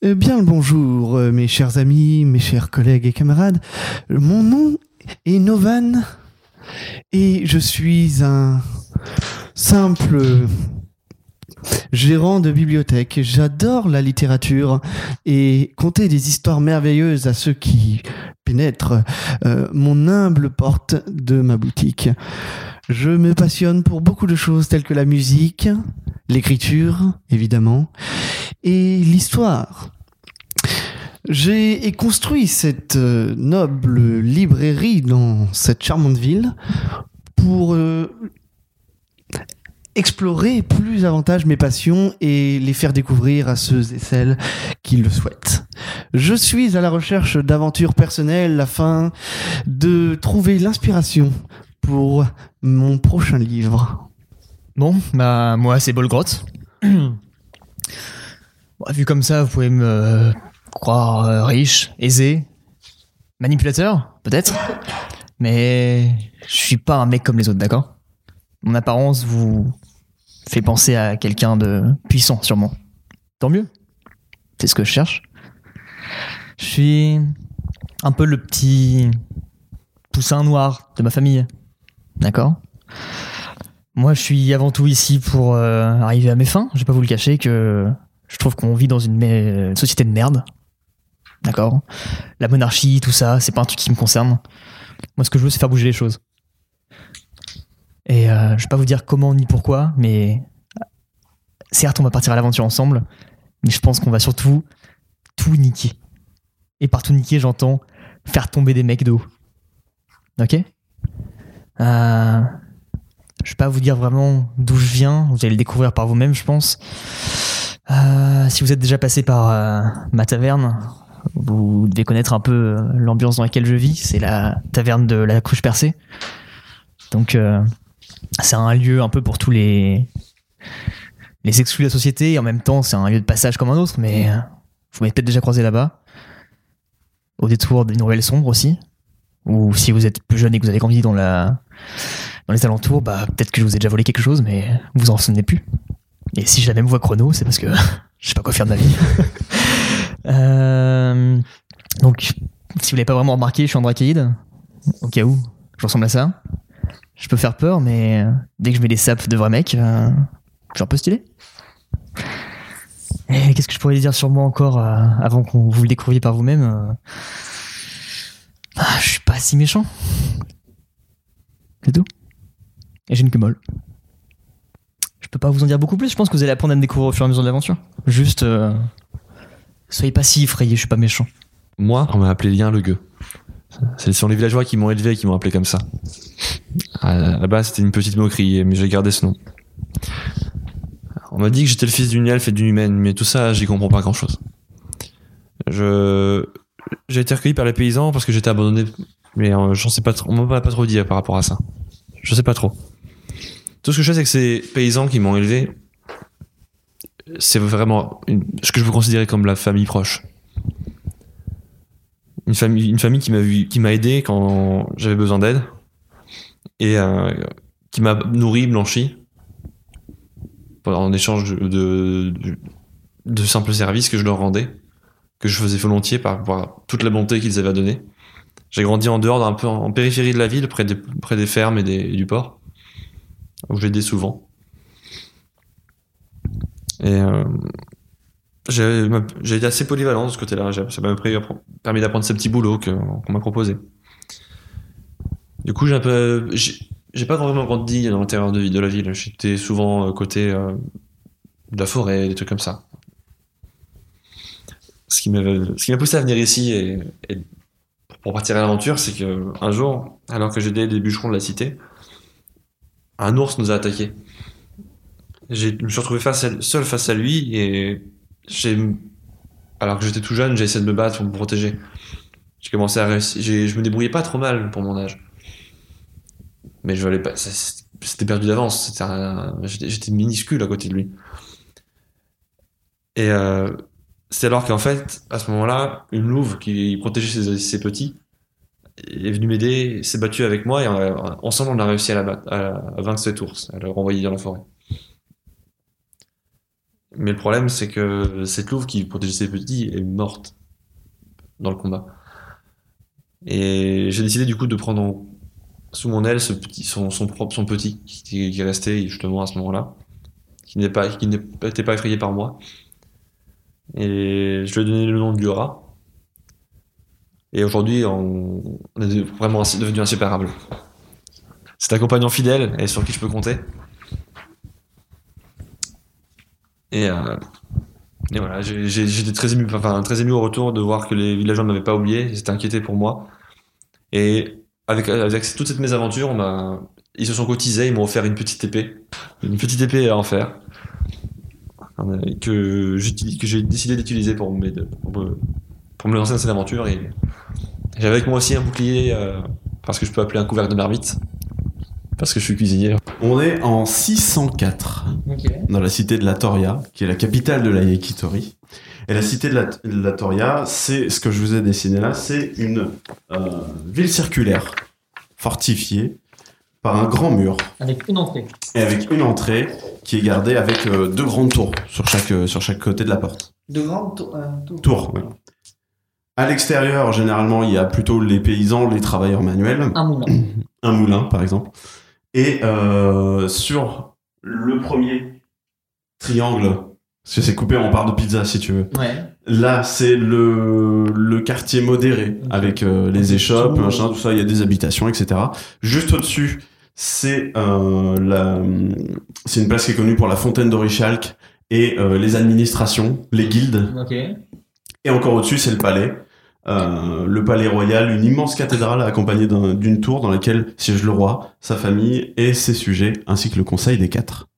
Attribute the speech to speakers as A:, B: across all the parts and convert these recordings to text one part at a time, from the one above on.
A: Eh Bien le bonjour, euh, mes chers amis, mes chers collègues et camarades. Mon nom est Novan et je suis un simple gérant de bibliothèque. J'adore la littérature et conter des histoires merveilleuses à ceux qui pénètrent euh, mon humble porte de ma boutique. Je me passionne pour beaucoup de choses telles que la musique, l'écriture, évidemment, et l'histoire. J'ai construit cette euh, noble librairie dans cette charmante ville pour euh, explorer plus davantage mes passions et les faire découvrir à ceux et celles qui le souhaitent. Je suis à la recherche d'aventures personnelles afin de trouver l'inspiration pour mon prochain livre.
B: Bon, bah moi c'est Bolgrot. Bon, vu comme ça, vous pouvez me croire euh, riche, aisé, manipulateur, peut-être. Mais je suis pas un mec comme les autres, d'accord Mon apparence vous fait penser à quelqu'un de puissant, sûrement. Tant mieux. C'est ce que je cherche. Je suis un peu le petit poussin noir de ma famille, d'accord moi, je suis avant tout ici pour euh, arriver à mes fins. Je vais pas vous le cacher que je trouve qu'on vit dans une mer- société de merde. D'accord La monarchie, tout ça, c'est pas un truc qui me concerne. Moi, ce que je veux, c'est faire bouger les choses. Et euh, je vais pas vous dire comment ni pourquoi, mais certes, on va partir à l'aventure ensemble, mais je pense qu'on va surtout tout niquer. Et par tout niquer, j'entends faire tomber des mecs de haut. Ok Euh, je vais pas vous dire vraiment d'où je viens, vous allez le découvrir par vous-même, je pense. Euh, si vous êtes déjà passé par euh, ma taverne, vous devez connaître un peu euh, l'ambiance dans laquelle je vis. C'est la taverne de la couche percée. Donc, euh, c'est un lieu un peu pour tous les les exclus de la société. Et en même temps, c'est un lieu de passage comme un autre. Mais euh, vous m'avez peut-être déjà croisé là-bas, au détour d'une ruelle sombre aussi. Ou si vous êtes plus jeune et que vous avez grandi dans la dans les alentours, bah peut-être que je vous ai déjà volé quelque chose, mais vous en souvenez plus. Et si j'ai la même voix chrono, c'est parce que je sais pas quoi faire de ma vie. Euh, donc, si vous l'avez pas vraiment remarqué, je suis Andrakeid. Au cas où, je ressemble à ça. Je peux faire peur, mais euh, dès que je mets des sapes de vrais mecs, euh, je suis un peu stylé. Et qu'est-ce que je pourrais dire sur moi encore euh, avant que vous le découvriez par vous-même euh, ah, Je suis pas si méchant. C'est tout et j'ai une que molle. Je peux pas vous en dire beaucoup plus, je pense que vous allez apprendre à me découvrir au fur et à mesure de l'aventure. Juste, euh, soyez pas si effrayés, je suis pas méchant.
C: Moi, on m'a appelé Lien le gueux. Ce sont les villageois qui m'ont élevé et qui m'ont appelé comme ça. À la base, c'était une petite moquerie, mais j'ai gardé ce nom. On m'a dit que j'étais le fils d'une elfe et d'une humaine, mais tout ça, j'y comprends pas grand chose. Je. J'ai été recueilli par les paysans parce que j'étais abandonné, mais euh, j'en sais pas trop. On m'a pas trop dit par rapport à ça. Je sais pas trop. Tout ce que je sais, c'est que ces paysans qui m'ont élevé, c'est vraiment une- ce que je peux considérer comme la famille proche une famille, une famille qui m'a vu, qui m'a aidé quand j'avais besoin d'aide et euh, qui m'a nourri, blanchi en échange de, de, de simples services que je leur rendais, que je faisais volontiers par rapport à toute la bonté qu'ils avaient à donner. J'ai grandi en dehors, d'un peu en périphérie de la ville, près des, près des fermes et, des, et du port, où j'aidais souvent. Et euh, j'ai ma- j'ai été assez polyvalent de ce côté-là. J'ai- Ça m'a pris- permis d'apprendre ces petits boulots que- qu'on m'a proposés. Du coup, j'ai un peu. J'ai j'ai pas vraiment grandi à l'intérieur de, de la ville. J'étais souvent euh, côté euh, de la forêt, des trucs comme ça. Ce qui m'avait- ce qui m'a poussé à venir ici et, et pour partir à l'aventure, c'est que un jour, alors que j'étais des bûcherons de la cité, un ours nous a attaqués. J'ai- Je me suis retrouvé face à- seul face à lui et j'ai alors que j'étais tout jeune, j'ai essayé de me battre pour me protéger. J'ai commencé à réussir, j'ai- je me débrouillais pas trop mal pour mon âge. Mais je valais pas, ça, c'est- c'était perdu d'avance, c'était un- j'étais j'étais minuscule à côté de lui. Et euh, c'est alors qu'en fait, à ce moment-là, une louve qui protégeait ses, ses petits est venue m'aider, s'est battue avec moi et on a- ensemble on a réussi à, la battre- à- à vaincre cet ours, à le renvoyer dans la forêt.
D: Mais le problème, c'est que cette louve qui protégeait ses petits est morte dans le combat. Et j'ai décidé du coup de prendre en- sous mon aile ce petit, son, son propre, son petit qui, qui est resté justement à ce moment-là, qui n'est pas, qui n'était pas effrayé par moi. Et je lui ai donné le nom de Liora. Et aujourd'hui, on, on est vraiment insi- devenus inséparables. C'est un compagnon fidèle et sur qui je peux compter. Et, euh, et voilà, j'ai- j'ai- j'étais très ému, enfin très ému au retour de voir que les villageois ne m'avaient pas oublié, ils étaient inquiétés pour moi. Et avec, avec toute cette mésaventure, on m'a- ils se sont cotisés, ils m'ont offert une petite épée, une petite épée à en faire, euh, que j'utilise- que j'ai décidé d'utiliser pour, mes- pour, me- pour me lancer dans cette aventure. Et j'avais avec moi aussi un bouclier, euh, parce que je peux appeler un couvert de marmite, parce que je suis cuisinier.
E: On est en 604, dans la cité de la Toria, qui est la capitale de la Yakitori. Et la cité de la, de la Toria, c'est ce que je vous ai dessiné là, c'est une euh, ville circulaire, fortifiée par un grand mur,
F: Avec une entrée.
E: et avec une entrée qui est gardée avec euh, deux grandes tours sur chaque, euh, sur chaque côté de la porte.
F: De grandes tours. euh, tours.
E: Tour, oui. À l'extérieur, généralement, il y a plutôt les paysans, les travailleurs manuels,
F: Un moulin.
E: un moulin, par exemple. Et euh, sur le premier triangle, parce que c'est coupé en part de pizza, si tu veux.
F: Ouais.
E: Là, c'est le, le quartier modéré, avec euh, les échoppes, machin, tout ça, il y a des habitations, etc. Juste au-dessus, c'est euh, la- c'est une place qui est connue pour la fontaine d'Orichalk et euh, les administrations, les guildes.
F: Ok.
E: Et encore au-dessus, c'est le palais. Euh, le palais royal, une immense cathédrale accompagnée d'un- d'une tour dans laquelle siège le roi, sa famille et ses sujets, ainsi que le conseil des quatre.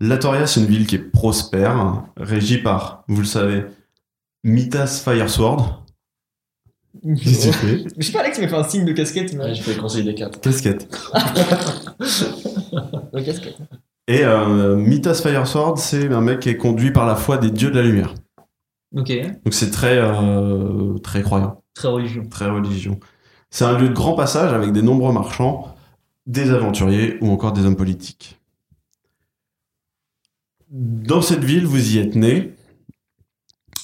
E: La Toria, c'est une ville qui est prospère, régie par, vous le savez, Mitas Firesword. Qu'est-ce que tu fais
F: Je sais pas, Alex m'a fait un signe de casquette. Mais...
D: je fais le conseil des quatre.
E: Casquette.
F: De casquette.
E: Et euh, Mitas Firesword, c'est un mec qui est conduit par la foi des dieux de la lumière.
F: Ok.
E: Donc c'est très, euh, très croyant.
F: Très religion.
E: très religion. C'est un lieu de grand passage avec des nombreux marchands, des aventuriers ou encore des hommes politiques. Dans cette ville, vous y êtes né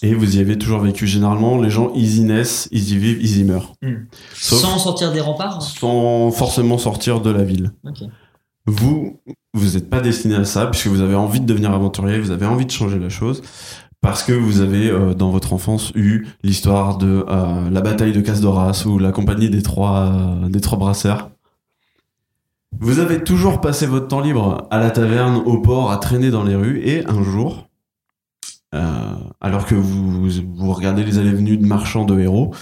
E: et vous y avez toujours vécu. Généralement, les gens, ils y naissent, ils y vivent, ils y meurent.
F: Hmm.
E: Sauf
F: Sans sortir des remparts.
E: sans forcément sortir de la ville.
F: Ok.
E: Vous, vous n'êtes pas destiné à ça, puisque vous avez envie de devenir aventurier, vous avez envie de changer la chose, parce que vous avez, euh, dans votre enfance, eu l'histoire de euh, la bataille de Casdoras ou la compagnie des trois, euh, des trois brasseurs. Vous avez toujours passé votre temps libre à la taverne, au port, à traîner dans les rues, et un jour, euh, alors que vous, vous regardez les allées-venues de marchands de héros,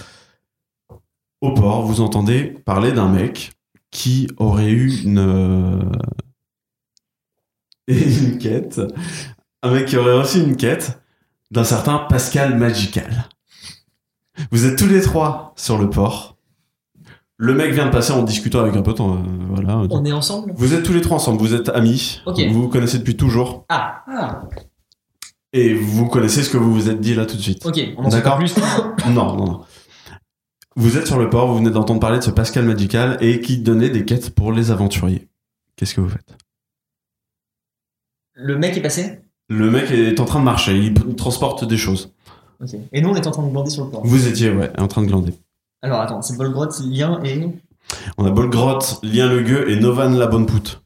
E: au port, vous entendez parler d'un mec qui aurait eu une, euh, une quête, un mec qui aurait reçu une quête d'un certain Pascal Magical. Vous êtes tous les trois sur le port. Le mec vient de passer en discutant avec un pote, euh, voilà.
F: On est ensemble
E: Vous êtes tous les trois ensemble, vous êtes amis,
F: Ok.
E: vous vous connaissez depuis toujours
F: Ah. Ah.
E: et vous connaissez ce que vous vous êtes dit là tout de suite.
F: Ok. On en sait
E: D'accord.
F: pas plus.
E: Non, non, non. Vous êtes sur le port, vous venez d'entendre parler de ce Pascal Magical et qui donnait des quêtes pour les aventuriers. Qu'est-ce que vous faites
F: Le mec est passé
E: Le mec est en train de marcher, il p- transporte des choses.
F: Ok. Et nous, on est en train de glander sur le port.
E: Vous étiez, ouais, en train de glander.
F: Alors attends, c'est Bolgrotte, Lien et.
E: On a Bolgrotte, Lien Le Gueux et Novan la Bonne Poute.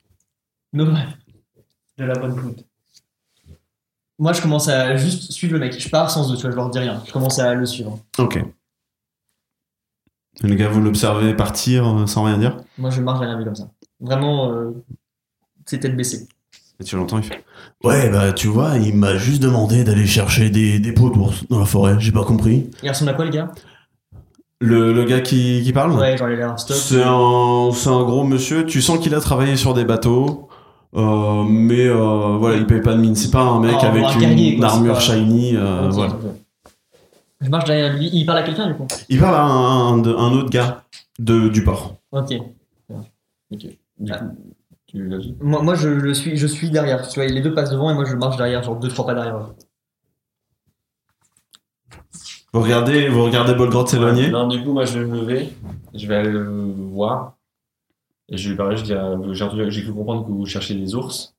F: Noval. De la bonne poudre. Moi, je commence à juste suivre le mec. Je pars sans eux, tu vois, je leur dis rien. Je commence à le suivre.
E: Ok. Le gars, vous l'observez partir euh, sans rien dire
F: Moi, je marche à la vue comme ça. Vraiment, euh, c'est tête baissée.
E: Et tu l'entends, il fait
G: Ouais, bah tu vois, il m'a juste demandé d'aller chercher des, des pots d'ours dans la forêt, j'ai pas compris.
F: Il ressemble à quoi, les gars
E: Le, le gars qui, qui parle
F: Ouais, genre, il a l'air stock. euh,
E: C'est un, c'est un gros monsieur. Tu sens qu'il a travaillé sur des bateaux, euh, mais euh, voilà, il paye pas de mine. C'est pas un mec
F: Oh,
E: avec
F: un
E: une,
F: guerrier, quoi, c'est
E: armure
F: pas-
E: shiny. euh,
F: Ok,
E: voilà.
F: ok. Je marche derrière lui. Il parle à quelqu'un, du coup
E: Il parle à un, un- un autre gars de, du port.
F: Ok. Moi, moi je, je suis, je suis derrière. Tu vois, les deux passent devant et moi, je marche derrière, genre deux, trois pas derrière eux.
E: Vous regardez, vous regardez Bolgrot s'éloigner.
C: Non, du coup, moi, je vais me lever, je vais aller le voir. Et je lui parler, je dis, euh, j'ai entendu- j'ai cru comprendre que vous cherchez des ours.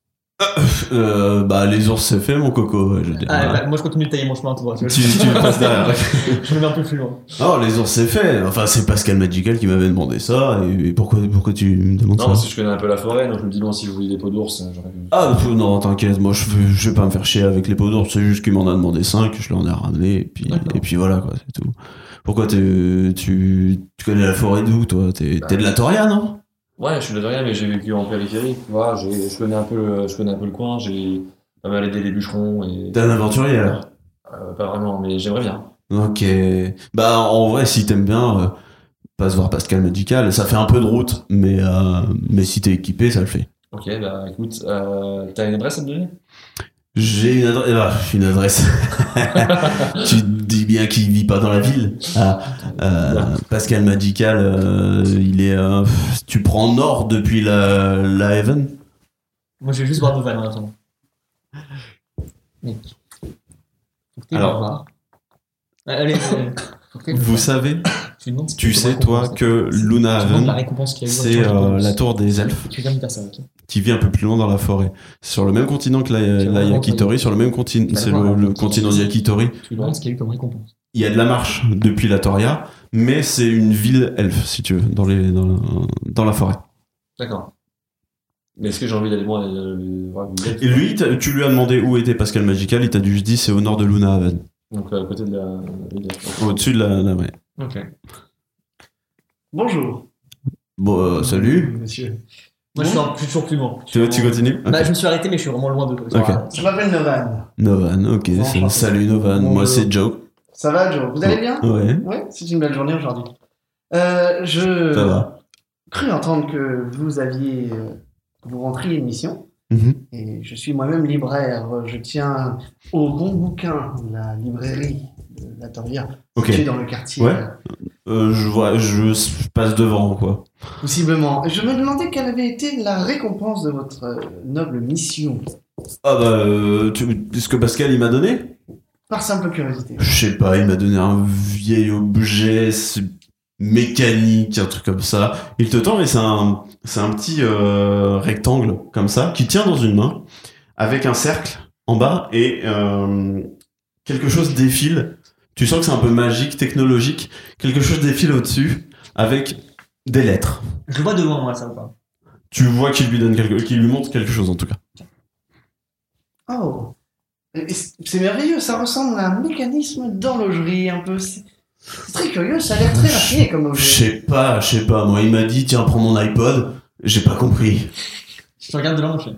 E: Euh, bah, les ours, c'est fait, mon coco. ouais, je veux dire.
F: Ah,
E: Voilà.
F: bah, moi, je continue de tailler mon chemin tout droit. tu vois.
E: Tu, tu passes derrière.
F: je me mets un peu plus loin.
E: Oh, les ours, c'est fait. Enfin, c'est Pascal Magical qui m'avait demandé ça. Et, et pourquoi, pourquoi tu me demandes
C: Non,
E: ça
C: parce que je connais un peu la forêt, donc je me dis, bon, si je voulais des peaux d'ours, euh, j'aurais.
E: Ah pff, non, t'inquiète, moi je, vais- je vais pas me faire chier avec les peaux d'ours, c'est juste qu'il m'en a demandé 5, je l'en ai ramené, et puis,
C: D'accord.
E: et puis voilà, quoi, c'est tout. Pourquoi t'es- tu, tu connais la forêt d'où, toi T'es t'es de la Toria, non
C: Ouais, je suis de rien, mais j'ai vécu en périphérie. Tu vois, j'ai- je connais un peu, le- je connais un peu le coin. J'ai pas mal aidé les bûcherons et.
E: T'es un aventurier, alors
C: Euh, pas vraiment, mais j'aimerais bien.
E: Ok. Bah, en vrai, si t'aimes bien, euh, passe voir Pascal Medical, ça fait un peu de route, mais, euh, mais si t'es équipé, ça le fait.
C: Ok, bah écoute, euh, t'as une adresse à me donner
E: J'ai une adresse. eh ben, une adresse. tu te dis bien qu'il vit pas dans la ville. Ah, euh, Pascal Magical, euh, il est. euh, pff, tu prends nord depuis la, la Haven.
F: Moi, je vais juste boire de vannes en attendant. Mec. Faut que t'ailles
E: Alors.
F: le voir. Ah, Allez, euh, faut que t'ailles le
E: Vous
F: voir.
E: savez,
F: Tu te demandes si
E: tu
F: peux
E: sais, toi,
F: récompenser.
E: que Luna
F: Tu te demandes la
E: Haven,
F: récompense qu'il y a eu.
E: c'est euh, la tour des elfes
F: Tu viens de faire ça, ok.
E: qui vit un peu plus loin dans la forêt. C'est Sur le même continent que la, la Yakitori, sur le même continent. C'est le, le continent de Yakitori.
F: Tu te demandes ce qu'il y a eu comme récompense.
E: il y a de la marche depuis la Toria, mais c'est une ville elfe, si tu veux, dans, les, dans, la, dans la forêt.
C: D'accord. Mais est-ce que j'ai envie d'aller voir euh, voir une bête
E: Et lui, t'as- tu lui as demandé où était Pascal Magical, il t'a juste dit c'est au nord de Luna Haven,
C: Donc euh, à côté de la. de la-
E: au-dessus de la... la- ouais.
C: Ok.
H: Bonjour.
E: Bon, euh, salut,
H: Monsieur.
F: Moi, je suis un- je suis toujours plus loin.
E: tu, tu continues Ok.
F: Bah, je me suis arrêté, mais je suis vraiment loin de.
E: Ok.
H: Je m'appelle Novan.
E: Novan, ok,
H: Bonjour.
E: c'est- salut Novan,
H: Bonjour.
E: moi c'est Joe.
H: Ça va, Joe Vous allez bien
E: Ouais,
H: Ouais, c'est une belle journée aujourd'hui. Euh, je
E: ça va.
H: cru entendre que vous aviez. euh, que vous rentriez une mission.
E: Mhm.
H: Et je suis moi-même libraire. Je tiens au bon bouquin, la librairie de la Toria,
E: Ok,
H: située dans le quartier.
E: Ouais. Euh, je vois, je s- passe devant, quoi.
H: Possiblement. Je me demandais quelle avait été la récompense de votre euh, noble mission.
E: Ah bah, euh, tu- ce que Pascal il m'a donné
H: Par simple curiosité.
E: Je sais pas, il m'a donné un vieil objet c'est mécanique, un truc comme ça. Il te tend, mais c'est un, c'est un petit euh, rectangle comme ça, qui tient dans une main, avec un cercle en bas, et euh, quelque chose défile. Tu sens que c'est un peu magique, technologique. Quelque chose défile au-dessus, avec des lettres.
F: Je le vois de loin, moi, ça ou pas
E: Tu vois qu'il lui donne quelque, qu'il lui montre quelque chose en tout cas.
H: Oh. Et c- C'est merveilleux, ça ressemble à un mécanisme d'horlogerie un peu. C'est c'est très curieux, ça a l'air très raffiné comme
E: Je
H: objet.
E: sais pas, je sais pas. Moi, il m'a dit, tiens, prends mon iPod. J'ai pas compris.
F: Je te regarde de loin, mon chien.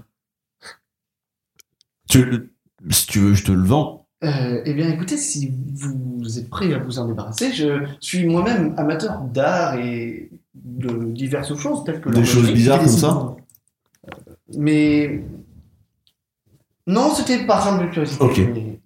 E: Tu, si tu veux, je te le vends.
H: Euh, eh bien écoutez, si vous êtes prêt à vous en débarrasser, je suis moi-même amateur d'art et de diverses choses telles que
E: Des
H: l'horlogerie.
E: choses bizarres comme ça
H: Euh, Mais... Non, c'était par simple curiosité.
E: Ok.
H: mais-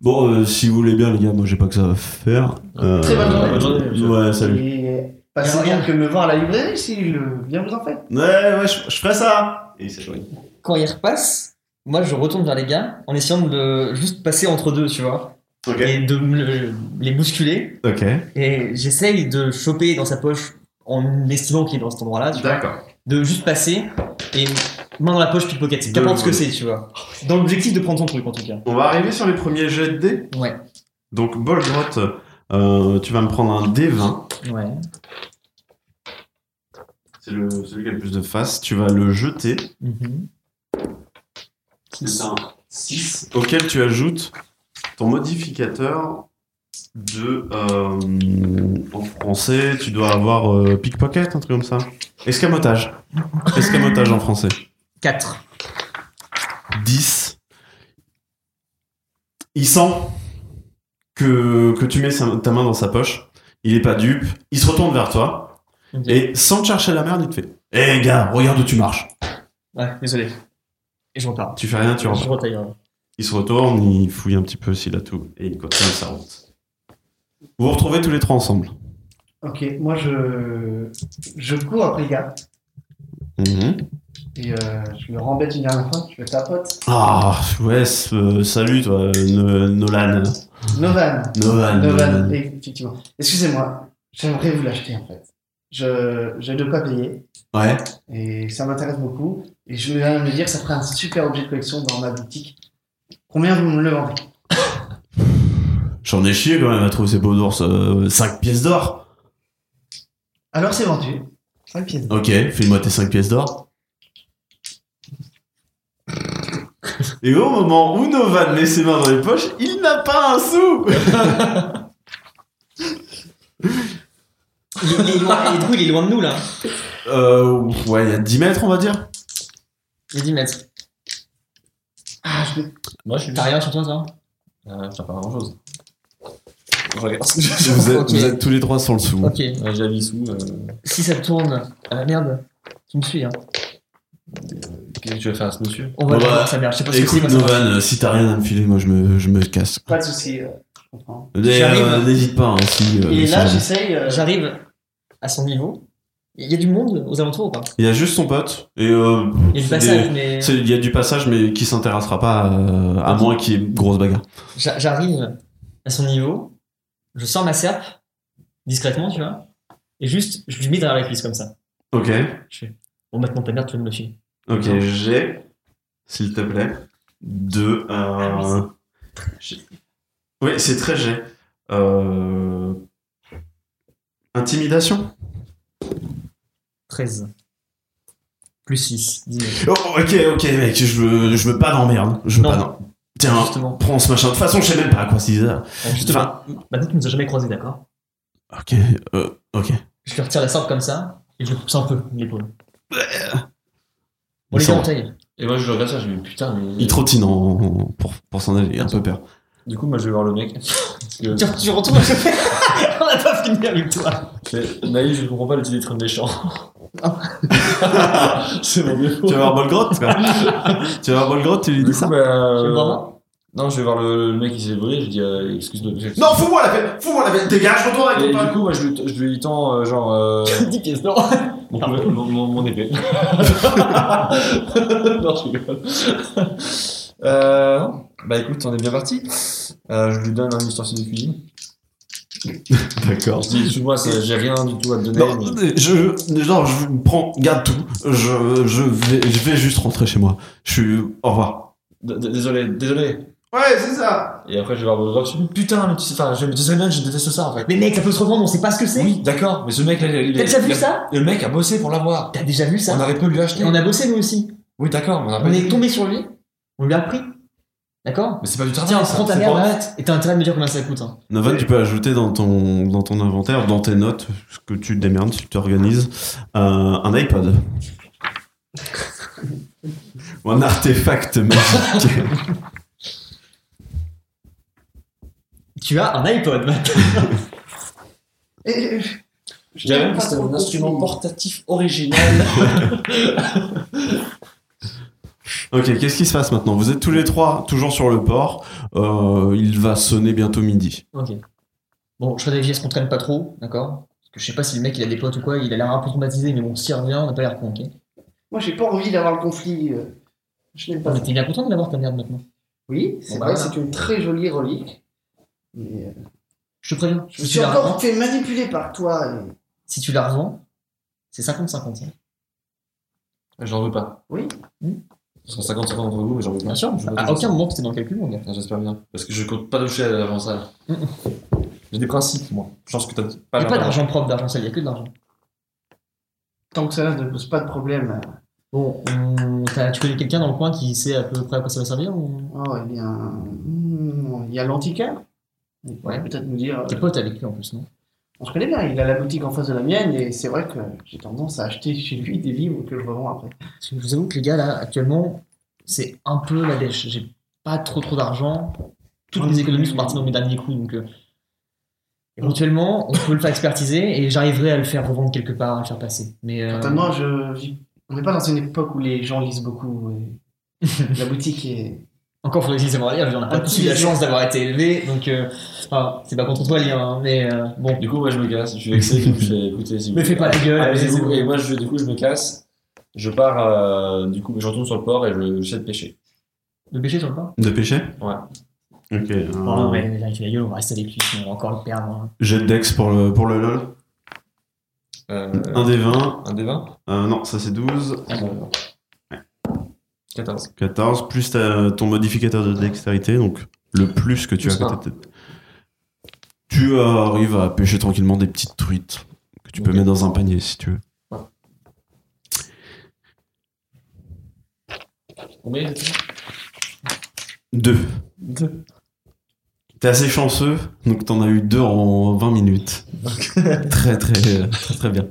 E: Bon, euh, si vous voulez bien, les gars, moi j'ai pas que ça à faire. Euh,
H: Très bonne journée.
E: euh,
H: Bonne
C: journée, monsieur.
E: Ouais, salut.
H: Et passez bien que me voir à la librairie si je viens vous en faire.
E: Ouais, ouais, je, je ferai ça. Et il s'éloigne.
F: Quand il repasse, moi, je retourne vers les gars en essayant de le- juste passer entre deux, tu vois.
E: Ok.
F: Et de me le- les bousculer.
E: Ok.
F: Et j'essaye de choper dans sa poche en estimant qu'il est dans cet endroit-là, tu vois.
E: D'accord.
F: De juste passer et main dans la poche pickpocket. Qu'importe ce que c'est, tu vois. Dans l'objectif de prendre son truc, en tout cas.
E: On va arriver sur les premiers jets de dés.
F: Ouais.
E: Donc, Bolgrot, euh, tu vas me prendre un D20.
F: Ouais.
E: C'est le, celui qui a le plus de face. Tu vas le jeter.
F: Mhm.
E: C'est un 6. Auquel tu ajoutes ton modificateur de. euh, en français, tu dois avoir euh, pickpocket, un truc comme ça. Escamotage. Escamotage en français.
F: 4.
E: 10. Il sent que, que tu mets sa- ta main dans sa poche. Il est pas dupe. Il se retourne vers toi.
F: Ok.
E: Et sans te chercher la merde, il te fait Eh gars, regarde où tu marches.
F: Ouais, désolé. Et je repars.
E: Tu fais rien, tu rentres.
F: Je retaille. hein.
E: Il se retourne, il fouille un petit peu s'il a tout. Et il continue sa route. Vous vous retrouvez tous les trois ensemble.
H: Ok, moi je, je cours après le gars et euh, je le rembête une dernière fois, je le tapote.
E: Ah, ouais, c- euh, salut toi, euh, No- Nolan.
H: Novan.
E: Nolan.
H: Ah. Novan,
E: Nolan.
H: effectivement. Excusez-moi, j'aimerais vous l'acheter en fait. je, je ne pas payer
E: Ouais.
H: et ça m'intéresse beaucoup. Et je viens de me dire que ça ferait un super objet de collection dans ma boutique. Combien vous me le vendez
E: J'en ai chié quand même à trouver ces beaux d'ours. 5 pièces d'or.
H: Alors c'est vendu. 5 pièces.
E: Ok, file-moi tes 5 pièces d'or. Et au moment où Novan met ses mains dans les poches, il n'a pas un sou
F: Il, il est loin, et du coup, il est loin de nous là.
E: Euh, ouais, il y a 10 mètres, on va dire.
F: Il est 10 mètres. Ah, je me-
C: Moi, je suis.
F: T'as rien sur toi, ça
C: Euh, je sais pas grand chose. Je regarde. Je-
E: Vous êtes,
F: Ok.
E: vous êtes tous les trois sur le sou.
F: Ok.
C: Ouais, J'ai la vie sous. euh,
F: Si ça tourne, ah la merde, tu me suis. Hein.
C: Qu'est-ce que tu vas faire à ce monsieur
F: On va
E: Bon,
F: la
E: bah,
F: voir, sa mère. Je sais pas ce que c'est.
E: Écoute,
F: moi, ça va.
E: Novan, euh, si t'as rien à me filer, moi je me, je me casse.
H: Pas de souci. euh, je comprends.
E: Mais,
F: J'arrive.
E: euh, N'hésite pas. hein, si, euh,
H: Et
E: si
H: là,
E: jamais.
H: j'essaye. euh,
F: J'arrive à son niveau. Il y a du monde aux alentours ou pas
E: il y a juste son pote. Et euh,
F: Il y a du
E: c'est
F: passage,
E: des-
F: mais.
E: c'est- il y a du passage, mais qui s'intéressera pas euh, à moins qu'il y ait grosse bagarre.
F: J'a- J'arrive à son niveau, je sors ma serpe, discrètement, tu vois, et juste, je lui mets derrière la cuisse comme ça.
E: Ok,
F: Bon, maintenant, ta merde, tu vas me le filer.
E: ok, j'ai, s'il te plaît, de. Euh, j'ai- oui, c'est très j'ai. Euh, Intimidation
F: 13. Plus 6, 19.
E: Oh, Ok, ok, mec, je veux, je veux pas d'emmerde. Je veux
F: Non.
E: pas d'emmerde. Tiens,
F: Justement.
E: prends ce machin. De toute façon, je sais même pas à quoi c'est bizarre.
F: Euh, Justement. Maintenant, tu nous as jamais croisés, d'accord
E: Ok, euh, ok.
F: Je lui retire la serpe comme ça, et je le pousse un peu, l'épaule. Bon,
E: Il
F: les gars,
E: s'en
F: on taille.
C: Et moi, je le regarde ça, je me dis putain, mais.
E: Il trottine en- en- pour, pour s'en aller, il a un peu peur.
C: Du coup, moi, je vais voir le mec. Parce que,
F: Tu, tu retournes, on n'a pas fini avec toi.
C: mais, Naïf, je comprends pas le titre des champs. C'est mon mieux.
E: Tu vas voir Bolgrotte quoi. Tu vas voir Bolgrotte, tu lui dis
C: Du
E: ça
C: coup, bah, euh,
F: Tu veux voir moi
C: Non, je vais voir le, le mec qui s'est volé, je dis euh, excuse-moi. je-
E: Non, fous-moi la paix Fous-moi la paix Dégage, retourne
C: Et
E: avec
C: du
E: ton pote
C: coup, moi, je lui, je lui tends, euh, genre, euh,
F: 10 pièces d'or.
C: mon, couteau- mon, mon- mon épée. non, je rigole. Euh, bah écoute, on est bien parti. Euh, je lui donne un ustensile de cuisine.
E: D'accord.
C: Je dis, excuse-moi, ça- j'ai rien du tout à te donner.
E: Non,
C: mais-
E: je, genre, je prends, garde tout. Je, je, vais, je vais juste rentrer chez moi. Je suis. Au revoir.
C: D- d- Désolé, désolé.
E: Ouais, c'est ça
C: Et après, je vais voir Bob Ross, je dis, putain, mais tu sais, enfin, je me disais bien que je déteste ça, en fait.
F: Mais mec, ça peut se revendre, on sait pas ce que c'est.
C: Oui, d'accord, mais ce mec, là, il, il-
F: T'as déjà
C: il-
F: vu
C: il-
F: ça
C: Le mec a bossé pour l'avoir.
F: T'as déjà vu ça
C: On Ah, aurait pu lui acheter.
F: Et on a bossé, nous aussi.
C: Oui, d'accord, mais on a pas
F: On est tombé sur lui, on lui a pris. D'accord
C: Mais c'est pas du travail,
F: Tiens,
C: Ah, ça,
F: prends ta
C: c'est
F: merde
C: pas honnête.
F: et t'as intérêt de me dire combien ça coûte. hein.
E: Novan, tu peux ajouter dans ton, dans ton inventaire, dans tes notes, ce que tu te démerdes, si tu t'organises, euh, un iPod. Ou un artefact magique.
F: Tu as un iPod, mec.
H: et- et-
C: Je dirais même que c'est
H: Pas
C: un
H: trop
C: instrument
H: compris.
C: portatif original.
E: Ok, qu'est-ce qui se passe maintenant Vous êtes tous les trois toujours sur le port. Euh, il va sonner bientôt midi.
F: Ok. Bon, je réfléchis à ce qu'on traîne pas trop, d'accord Parce que je sais pas si le mec il a des potes ou quoi, il a l'air un peu traumatisé, mais bon, s'il revient, on n'a pas l'air con, ok
H: Moi, j'ai pas envie d'avoir le conflit. euh, Je n'aime pas.
F: T'es bien content de l'avoir ta merde maintenant.
H: Oui, c'est
F: Bon, bah,
H: vrai, hein.
F: voilà.
H: c'est une très jolie relique. Mais, euh,
F: Je te préviens,
H: je
F: si
H: me
F: tu
H: suis
F: la
H: encore
F: revends,
H: fait manipuler par toi. et-
F: si tu la revends, c'est 50-50. hein.
C: J'en veux pas.
H: Oui.
C: Ce sera 50 entre vous, mais j'en veux pas.
F: Bien sûr,
C: Je veux
F: à
C: pas
F: aucun moment t'es dans le calcul, mon gars.
C: Non, J'espère bien. Parce que je compte pas toucher à ça. J'ai des principes, moi. Je pense que t'as pas
F: Y'a pas
C: l'air
F: d'argent propre, d'argent sale, y'a que de l'argent.
H: Tant que ça ne pose pas de problème. euh,
F: Bon, on- t'as- tu connais quelqu'un dans le coin qui sait à peu près à quoi ça va servir ou...
H: Oh, eh bien. hmm, Il y a l'antiquaire. Il pourrait
F: Ouais.
H: peut-être nous dire.
F: T'es
H: euh,
F: pote avec lui en plus, non
H: On se connaît bien, il a la boutique en face de la mienne et c'est vrai que j'ai tendance à acheter chez lui des livres que je revends après.
F: Parce que je vous avoue que les gars, là, actuellement, c'est un peu la dèche. J'ai pas trop trop d'argent. Toutes mes économies sont parties dans mes derniers coups, donc... euh, éventuellement, on peut le faire expertiser et j'arriverai à le faire revendre quelque part, à le faire passer. Mais... euh,
H: Certainement, je, vis- on n'est pas dans une époque où les gens lisent beaucoup. et la boutique est.
F: Encore faudrait que je à dire, on n'a
H: Un
F: pas
H: petit
F: tous eu la
H: désir.
F: chance d'avoir été élevé, donc... euh, enfin, c'est pas contre toi, Lien, hein, mais euh, bon...
C: Du coup, moi, je me casse. Je suis vexé. du coup, je vais écouter. Si vous
F: Mais fais pas la gueule, allez, c'est
C: Amusez-vous.
F: bon.
C: Et moi, je, du coup, je me casse. Je pars, euh, du coup, je retourne sur le port et je j'essaie de pêcher.
F: Le péché sur le pas
E: De pêcher
C: Ouais.
E: Ok. euh,
F: Bon, ouais, mais là, avec la gueule, on va rester avec lui, sinon on va encore le perdre. hein.
E: Jet de Dex pour le, pour le LOL.
C: Euh,
E: Un des 20.
C: un des 20
E: euh, non, ça c'est 12.
C: 14.
E: 14, plus ta- ton modificateur de dextérité, donc le plus que tu
C: Plus
E: as à côté de ta tête. Tu euh, arrives à pêcher tranquillement des petites truites que tu peux
C: Ok.
E: mettre dans un panier si tu veux.
C: Combien
E: Deux. T'es assez chanceux, donc t'en as eu deux en 20 minutes. très, très, euh, très, très bien.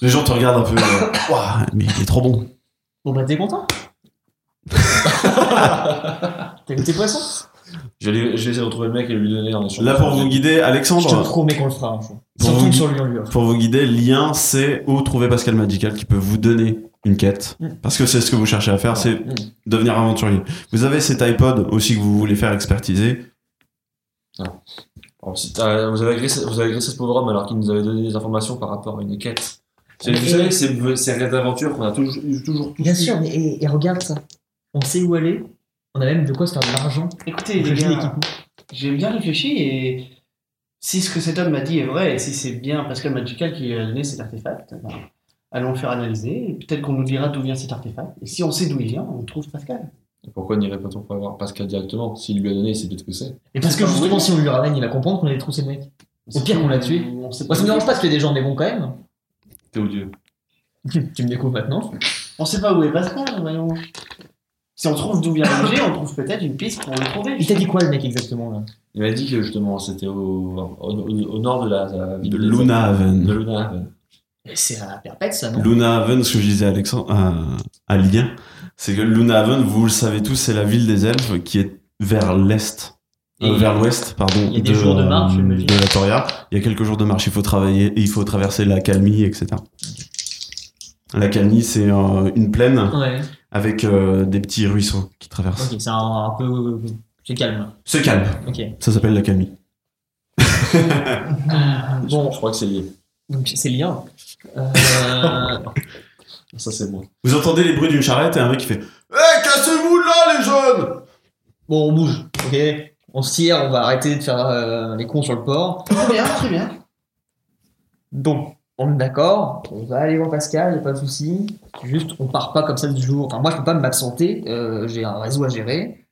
E: Les gens te regardent un peu. euh, Ouah, mais il est trop bon.
F: Bon bah t'es content T'as vu tes poissons
C: Je vais aller- je vais essayer de retrouver le mec et lui donner en échange.
E: Là, pour vous guider,
F: Je
C: Bah.
F: te
E: Alexandre,
F: promets qu'on le fera un jour. Si
E: Bon,
F: on
E: oui.
F: tombe sur lui, on lui offre.
E: pour vous guider, lien, c'est où trouver Pascal Magical qui peut vous donner une quête.
F: Mm.
E: Parce que c'est ce que vous cherchez à faire, c'est
C: Mm.
E: devenir aventurier. Vous avez cet iPod aussi que vous voulez faire expertiser.
C: Alors, si t'as- vous, avez agressé, vous avez agressé ce pauvre homme alors qu'il nous avait donné des informations par rapport à une quête. Vous
F: Et-
C: savez, c'est ces rêves d'aventure qu'on a toujours, toujours tous
F: Bien
C: eu.
F: sûr, mais et, et regarde ça. On sait où aller, on a même de quoi se faire de l'argent.
H: Écoutez,
F: Je
H: les
F: lis les
H: gars, j'ai bien réfléchi et si ce que cet homme m'a dit est vrai et si c'est bien Pascal Magical qui a donné cet artefact, ben, allons le faire analyser. et Peut-être qu'on nous dira d'où vient cet artefact. Et si on sait d'où il vient, on trouve Pascal.
C: Pourquoi n'irait pas-on pas voir Pascal directement S'il lui a donné, c'est peut-être que c'est.
F: Et parce que justement, si on lui ramène, il va comprendre qu'on a détroussé le mec. Au pire, on l'a tué.
H: On sait
F: Moi,
H: pas.
F: ça me dérange pas de tuer des gens, mais bon, quand même.
C: T'es odieux.
F: tu me découvres maintenant.
H: On sait pas où est Pascal, voyons. Si on trouve d'où vient l'objet, on trouve peut-être une piste pour le trouver.
F: Il t'a dit quoi, le mec, exactement, là
C: Il m'a dit que justement, c'était au, au, au- au nord de la, la ville
E: De
C: des-
E: Luna
C: De
E: Haven.
C: Luna Haven.
F: Mais C'est à perpète, ça, non
E: Luna Haven, ce que je disais à, Alexandre, à, à Lien, c'est que Luna Haven, vous le savez tous, c'est la ville des elfes qui est vers l'est. Euh,
F: Et-
E: vers l'ouest, pardon.
F: il y a des jours de marche,
E: euh,
F: j'imagine.
E: de la Toria. Il y a quelques jours de marche. Il faut travailler, il faut traverser la Calmie, etc. La Calmie, c'est euh, une plaine
F: Ouais.
E: avec euh, des petits ruisseaux qui traversent.
F: Ok, c'est un, un peu. C'est calme.
E: C'est calme.
F: Ok.
E: Ça s'appelle la Calmie.
F: Euh, Bon,
C: Je crois que c'est lié.
F: donc c'est lien. Euh...
C: Ça, c'est moi.
E: Vous entendez les bruits d'une charrette et un mec qui fait Eh, cassez-vous de là, les jeunes
F: bon, on bouge, ok On se tire, on va arrêter de faire euh, les cons sur le port.
H: Très bien, très bien.
F: Donc, on est d'accord, on va aller voir Pascal, y a pas de souci. Juste, on part pas comme ça du jour. Enfin, moi, je peux pas m'absenter, euh, j'ai un réseau à gérer.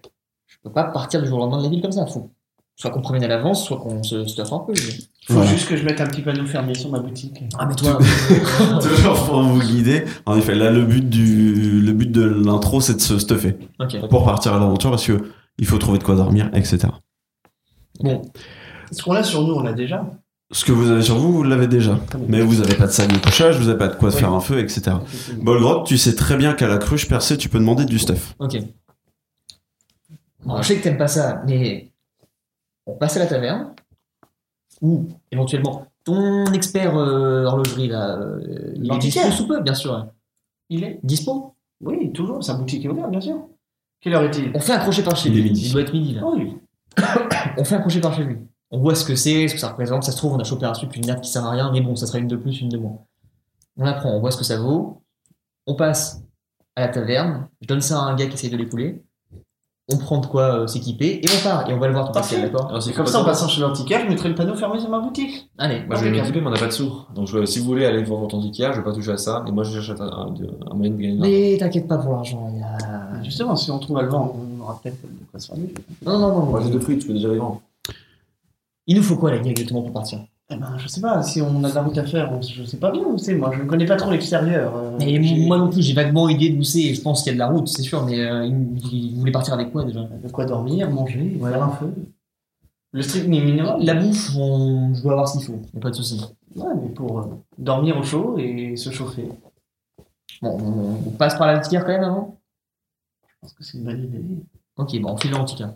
F: Je peux pas partir du jour au lendemain de la ville comme ça. Faut soit qu'on prévienne à l'avance, soit qu'on se stuff un peu. mais-
H: Faut
E: Voilà.
H: juste que je mette un petit panneau fermier sur ma boutique.
F: Ah, mais toi, euh,
E: Toujours pour vous guider. En effet, là, le but, du, le but de l'intro, c'est de se stuffer.
F: ok.
E: Pour partir à l'aventure, parce que il faut trouver de quoi dormir, etc.
H: Ce qu'on a sur nous, on l'a déjà. Ah
E: Ce que vous avez sur vous, vous l'avez déjà. Mais vous avez pas de salle de couchage, vous avez pas de quoi faire un feu, etc. Bolgrot, tu sais très bien qu'à la cruche percée, tu peux demander du stuff.
F: Ok. Alors, je sais que t'aimes pas ça, mais on passe à la taverne ou éventuellement ton expert euh, horlogerie là, euh, il est
H: L'antiquaire.
F: dispo sous peu, bien sûr. hein.
H: Il est
F: Dispo
H: Oui, toujours. Sa boutique est ouverte, bien sûr. Quelle heure est-il
F: On fait un crochet par chez
E: Il est
F: lui.
E: midi.
F: Il doit être midi là.
H: Oui.
F: On fait un crochet par chez lui. On voit ce que c'est, ce que ça représente. Ça se trouve, on a chopé un truc, une nappe qui sert à rien, mais bon, ça sera une de plus, une de moins. On la prend, on voit ce que ça vaut. On passe à la taverne. Je donne ça à un gars qui essaye de l'épouler. On prend de quoi euh, s'équiper et on part. Et on va le voir ton Pascal,
H: Parfait.
F: d'accord
C: Alors, c'est
H: Et comme
C: pas
H: ça, en
C: toi.
H: passant chez l'antiquaire, je mettrai le panneau fermé sur ma boutique.
F: Allez,
C: Moi, je vais m'équiper, mais on n'a pas de sous. Donc, je- si vous voulez aller voir votre antiquaire, je vais pas toucher à ça. Et moi, je cherche un, un- un moyen de gagner de l'argent.
F: Mais t'inquiète pas pour l'argent, il y a...
H: Ah, Justement, si on trouve à le vendre, on aura peut-être de quoi se faire mieux.
F: Non, non, non,
C: Moi,
F: non.
C: j'ai deux fruits, tu peux déjà les vendre.
F: Il nous faut quoi, la gars, exactement, pour partir
H: Eh ben, je sais pas, si on a de la route à faire, on- je sais pas bien où c'est. Moi, je ne connais pas trop l'extérieur. euh,
F: Mais
H: j'ai-
F: moi non plus, j'ai vaguement idée d'où c'est, et je pense qu'il y a de la route, c'est sûr, mais euh, il, il voulait partir avec quoi, déjà
H: De quoi dormir, manger, voilà un feu. Le strict minimum.
F: La bouffe, on... je dois avoir ce qu'il faut, y a pas de souci.
H: Ouais, mais pour euh, dormir au chaud et se chauffer. Je
F: Bon, on, on passe par la litière quand même, avant
H: pense que c'est une bonne idée.
F: Ok, bon, on file là, en tout cas.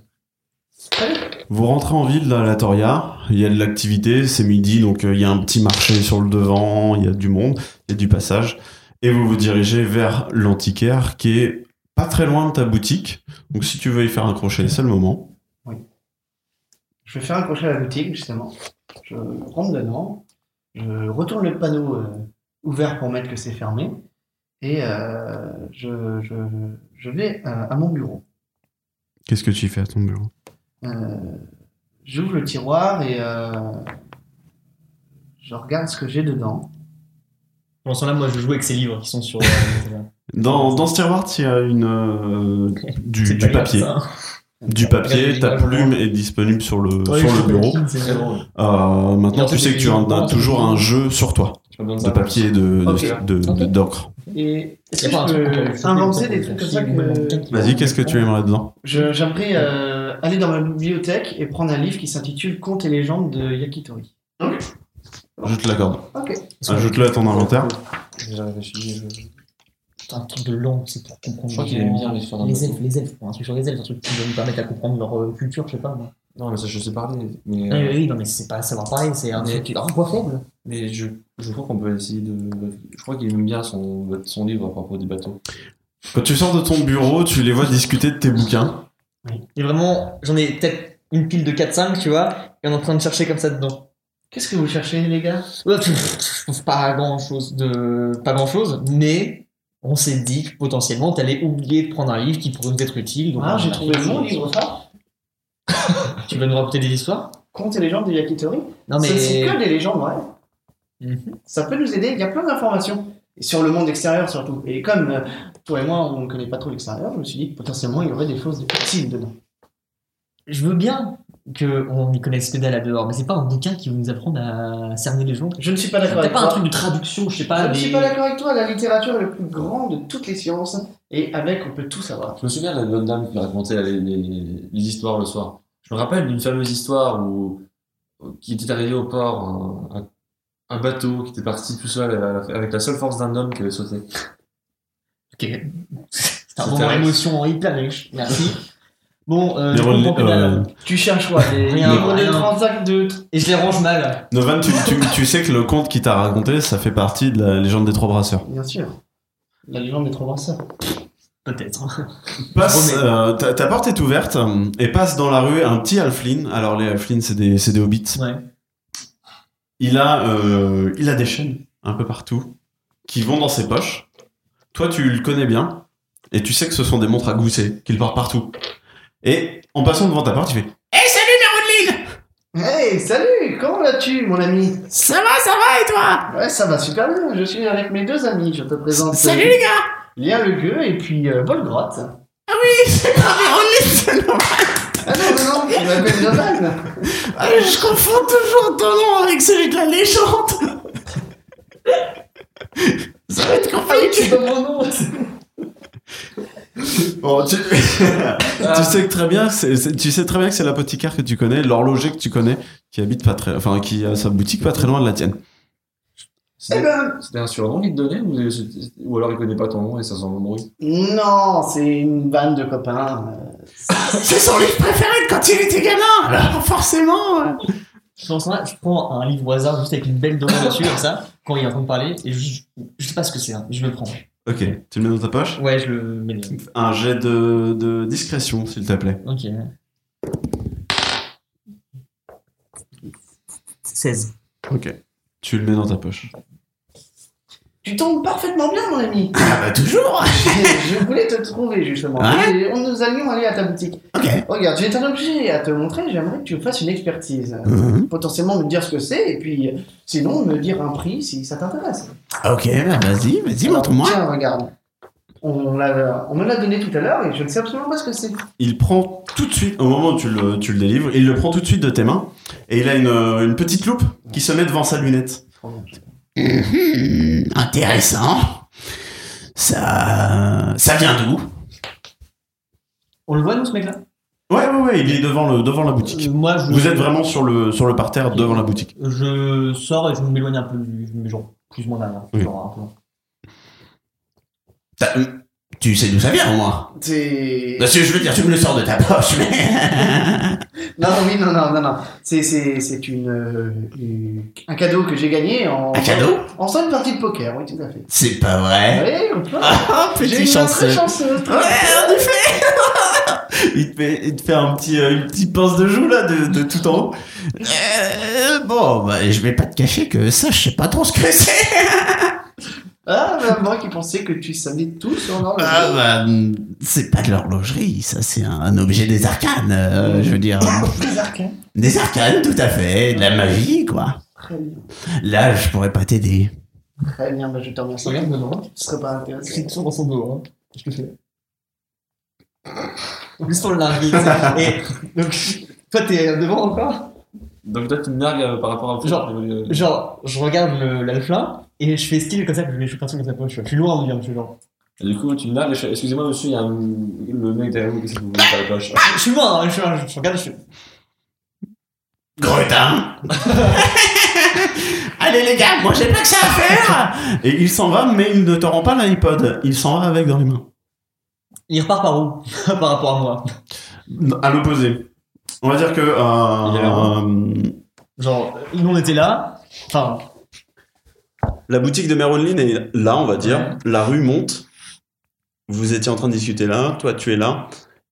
E: Vous rentrez en ville, là, à la Toria. Il y a de l'activité, c'est midi, donc euh, il y a un petit marché sur le devant, il y a du monde, il y a du passage. Et vous vous dirigez vers l'antiquaire qui est pas très loin de ta boutique. Donc si tu veux y faire un crochet, c'est le moment.
H: Je vais faire un crochet à la boutique, justement. Je rentre dedans, je retourne le panneau euh, ouvert pour mettre que c'est fermé, et euh, je, je, je vais euh, à mon bureau.
E: Qu'est-ce que tu fais à ton bureau
H: Euh, J'ouvre le tiroir et euh, je regarde ce que j'ai dedans.
F: Pendant ce temps-là, moi, je joue avec ces livres qui sont sur. euh, etc.
E: Dans, dans ce tiroir, il y a une, euh, du,
F: C'est
E: du
F: pas grave,
E: papier.
F: ça. hein.
E: Du papier, ta plume est disponible sur le, sur le bureau.
F: C'est
C: C'est
F: vrai.
C: bon.
E: Euh, maintenant,
F: Et en
E: tu
F: fait,
E: sais que
F: les
E: tu en
F: documents,
E: as
F: ça
E: toujours
F: peut-
E: un jeu sur toi,
C: J'ai pas besoin
E: de papier et de,
H: Ok.
E: de- de- de- d'encre.
H: Et est-ce
F: Y
H: que
F: a pas un
H: je
F: truc,
H: peux
F: euh,
H: inventer
F: c'est
H: des
F: bon,
H: trucs comme
F: c'est
H: ça
F: bon,
H: que...
F: bon,
E: Vas-y, qu'est-ce que tu aimerais dedans
H: Je- J'aimerais euh, aller dans ma bibliothèque et prendre un livre qui s'intitule Contes et légendes de Yakitori.
E: Je te l'accorde.
H: Ok.
E: Ajoute-le à ton inventaire.
C: J'ai déjà réfléchi. je- je-
F: C'est un truc de langue, c'est pour comprendre.
C: Je crois
F: les
C: qu'il aime
F: gens.
C: bien l'histoire d'un
F: Les
C: bateau.
F: elfes, les elfes, pour un truc sur les elfes, un truc qui va nous permettre à comprendre leur euh, culture, je sais pas. moi.
C: Non, mais ça, je sais parler. Mais,
F: Oui,
C: euh,
F: oui, non, mais c'est pas savoir parler, c'est un
C: Mais-
F: truc qui leur voix faible.
C: mais je, je crois qu'on peut essayer de. Je crois qu'il aime bien son, son livre à propos des bateaux.
E: Quand tu sors de ton bureau, tu les vois discuter de tes bouquins.
F: Et vraiment, j'en ai peut-être une pile de 4-5, tu vois, et on est en train de chercher comme ça dedans.
H: Qu'est-ce que vous cherchez, les gars
F: Ouais, pff, Je trouve pas grand chose de. Pas grand chose, mais on s'est dit que potentiellement t'allais oublier de prendre un livre qui pourrait nous être utile. donc
H: Ah,
F: on
H: j'ai
F: a
H: trouvé
F: fait-
H: mon livre ça.
F: Tu vas nous raconter des histoires
H: Contes et légendes de Yakitori.
F: Non,
H: C'est- C'est
F: mais.
H: que des légendes, ouais.
F: Mhm.
H: Ça peut nous aider. Il y a plein d'informations. Et sur le monde extérieur, surtout. Et comme euh, toi et moi, on ne connaît pas trop l'extérieur, je me suis dit que potentiellement, il y aurait des choses utiles dedans.
F: Je veux bien qu'on n'y connaisse que dalle à dehors, mais c'est pas un bouquin qui va nous apprendre à cerner les gens.
H: Je ne suis pas d'accord
F: T'as
H: avec
F: pas un
H: toi.
F: truc de traduction, je sais
H: je
F: pas.
H: ne
F: des-
H: suis pas d'accord avec toi. La littérature est le plus grand de toutes les sciences. Et avec, on peut tout savoir.
C: Je me souviens de la bonne dame qui racontait les, les- les histoires le soir. Je me rappelle d'une fameuse histoire où, qui était arrivé au port, un, un- un bateau qui était parti tout seul euh, avec la seule force d'un homme qui avait sauté.
F: Ok. C'est un
C: C'est
F: moment
C: un-
F: émotion hyper riche. Merci. Bon, euh,
E: Les
F: je
E: relais-
F: comprends que dalle.
H: Tu cherches quoi Des
F: Rien,
H: livres de
F: rien.
H: transac de...
F: Et je les range mal.
E: Novan, tu, tu- tu sais que le conte qui t'a raconté, ça fait partie de la légende des trois brasseurs.
H: Bien sûr. La légende des trois brasseurs. hein.
F: Peut-être.
E: Passe,
F: Remets.
E: euh, ta, ta porte est ouverte euh, et passe dans la rue un petit Halfling. Alors les Halflings, c'est des, c'est des hobbits.
F: Ouais.
E: Il a, euh, il a des chaînes un peu partout qui vont dans ses poches. Toi, tu le connais bien et tu sais que ce sont des montres à gousset qu'il porte partout. Et en passant devant ta porte, il fait
H: Hey, salut Comment vas-tu, mon ami
I: Ça va, ça va et toi
H: Ouais, ça va super bien. Je suis avec mes deux amis. Je te présente...
I: Salut
H: euh,
I: les gars
H: Lien le gueux et puis euh, Volgrotte.
I: Ah, mais on est seul
H: Ah non, non, non, je m'appelle Novan.
I: Ah, Je confonds toujours ton nom avec celui de la légende Ça va être
H: C'est
I: compliqué
H: pas mon nom.
E: Bon, tu...
I: Ah.
E: tu sais que très bien, c'est- c'est- tu sais très bien que c'est l'apothicaire que tu connais, l'horloger que tu connais, qui habite pas très, enfin qui a sa boutique pas très loin de la tienne.
H: Eh
C: C'était
H: ben,
C: c'était un surnom qu'il te donnait ou, c'était- ou alors il connaît pas ton nom et ça sent le bruit
H: non, c'est une vanne de copain.
I: C'est son livre préféré de quand il était gamin Alors forcément euh,
F: Je pense là, je prends un livre au hasard juste avec une belle
H: Ah.
F: demande dessus, comme ça, quand il est en train de parler, et je, je sais pas ce que c'est, hein, je le prends.
E: Ok, tu le mets dans ta poche.
F: Ouais, je le mets là.
E: Un jet de, de discrétion, s'il te plaît.
F: Ok. 16.
E: Ok. Tu le mets dans ta poche.
H: Tu tombes parfaitement bien, mon ami.
I: Ah bah toujours
H: je, je voulais te trouver, justement.
I: Hein
H: Et on nous allions aller à ta boutique.
I: Ok.
H: Regarde, j'ai un objet à te montrer. J'aimerais que tu me fasses une expertise.
E: Mm-hmm.
I: Mhm.
H: Potentiellement me dire ce que c'est et puis, euh, sinon, me dire un prix si ça t'intéresse.
I: Ok, bah vas-y, vas-y,
H: Alors,
I: montre-moi
H: Tiens, regarde. On, l'a- on me l'a donné tout à l'heure et je ne sais absolument pas ce que c'est.
E: Il prend tout de suite, au moment où tu le, tu le délivres, il le prend tout de suite de tes mains et il a une, euh, une petite loupe qui se met devant sa lunette.
I: Mhm, Intéressant Ça... ça vient d'où
F: On le voit, nous, ce mec-là
E: Ouais, ouais, ouais, il est devant, le, devant la boutique.
F: Euh, Moi, je.
E: Vous êtes vraiment sur le, sur le parterre devant la boutique.
F: Je sors et je m'éloigne un peu du. mais Genre, plus ou moins derrière.
E: Oui.
F: Genre, un peu.
I: T'as- Tu sais d'où ça vient au moins
H: C'est.
I: Parce que je veux dire, tu me le sors de ta poche, mais...
H: Non, oui, non, non, non, non. C'est, c'est, c'est une, euh, une- un cadeau que j'ai gagné en.
I: Un cadeau
H: En faisant une partie de poker, oui, tout à fait.
I: C'est pas vrai
H: Allez, on peut.
I: Ah,
H: J'ai une main très chanceuse.
I: Ouais, en effet
E: Il te fait, il te fait un petit, euh, une petite pince de joue là, de, de tout en haut.
I: Euh, Bon, bah, je vais pas te cacher que ça, je sais pas trop ce que c'est
H: Ah, bah, moi qui pensais que tu savais tout sur l'horloge.
I: Ah, bah, hum, C'est pas de l'horlogerie, ça, c'est un, un objet des arcanes, euh, je veux dire...
H: Les arcanes.
I: Des arcanes, tout à fait, de la magie, quoi
H: Très bien.
I: Là, je pourrais pas t'aider.
H: Très bien, bah, je te remercie.
F: Regarde le droit.
H: Ce serait pas intéressant.
F: C'est toujours dans son dos. Hein. Je te fais. En plus, on l'a invité. Et donc, toi, t'es devant encore
C: Donc toi, tu me nargues euh, par rapport à.
F: Genre,
C: euh,
F: Genre, je regarde le- l'alpha et je fais style comme ça, puis je mets je personne dans sa poche. Je suis loin, bien, je suis genre.
C: Et Euh, Du coup, tu me nargues. je fais, Excusez-moi, monsieur, il y a un... le mec derrière vous. Qu'est-ce que vous voulez faire la poche
F: Je suis loin, hein, je, suis loin, je, je regarde, je suis.
I: Gretin
G: Allez les gars, moi j'ai pas que ça à faire
E: Et il s'en va, mais il ne te rend pas l'iPod. Il s'en va avec dans les mains.
F: Il repart par où Par rapport à moi.
E: À l'opposé. On va dire que.
C: Il a l'air
E: euh, euh,
F: Genre, nous on était là. Enfin,
E: la boutique de Meron Lynn est là, on va dire. La rue monte. Vous étiez en train de discuter là. Toi, tu es là.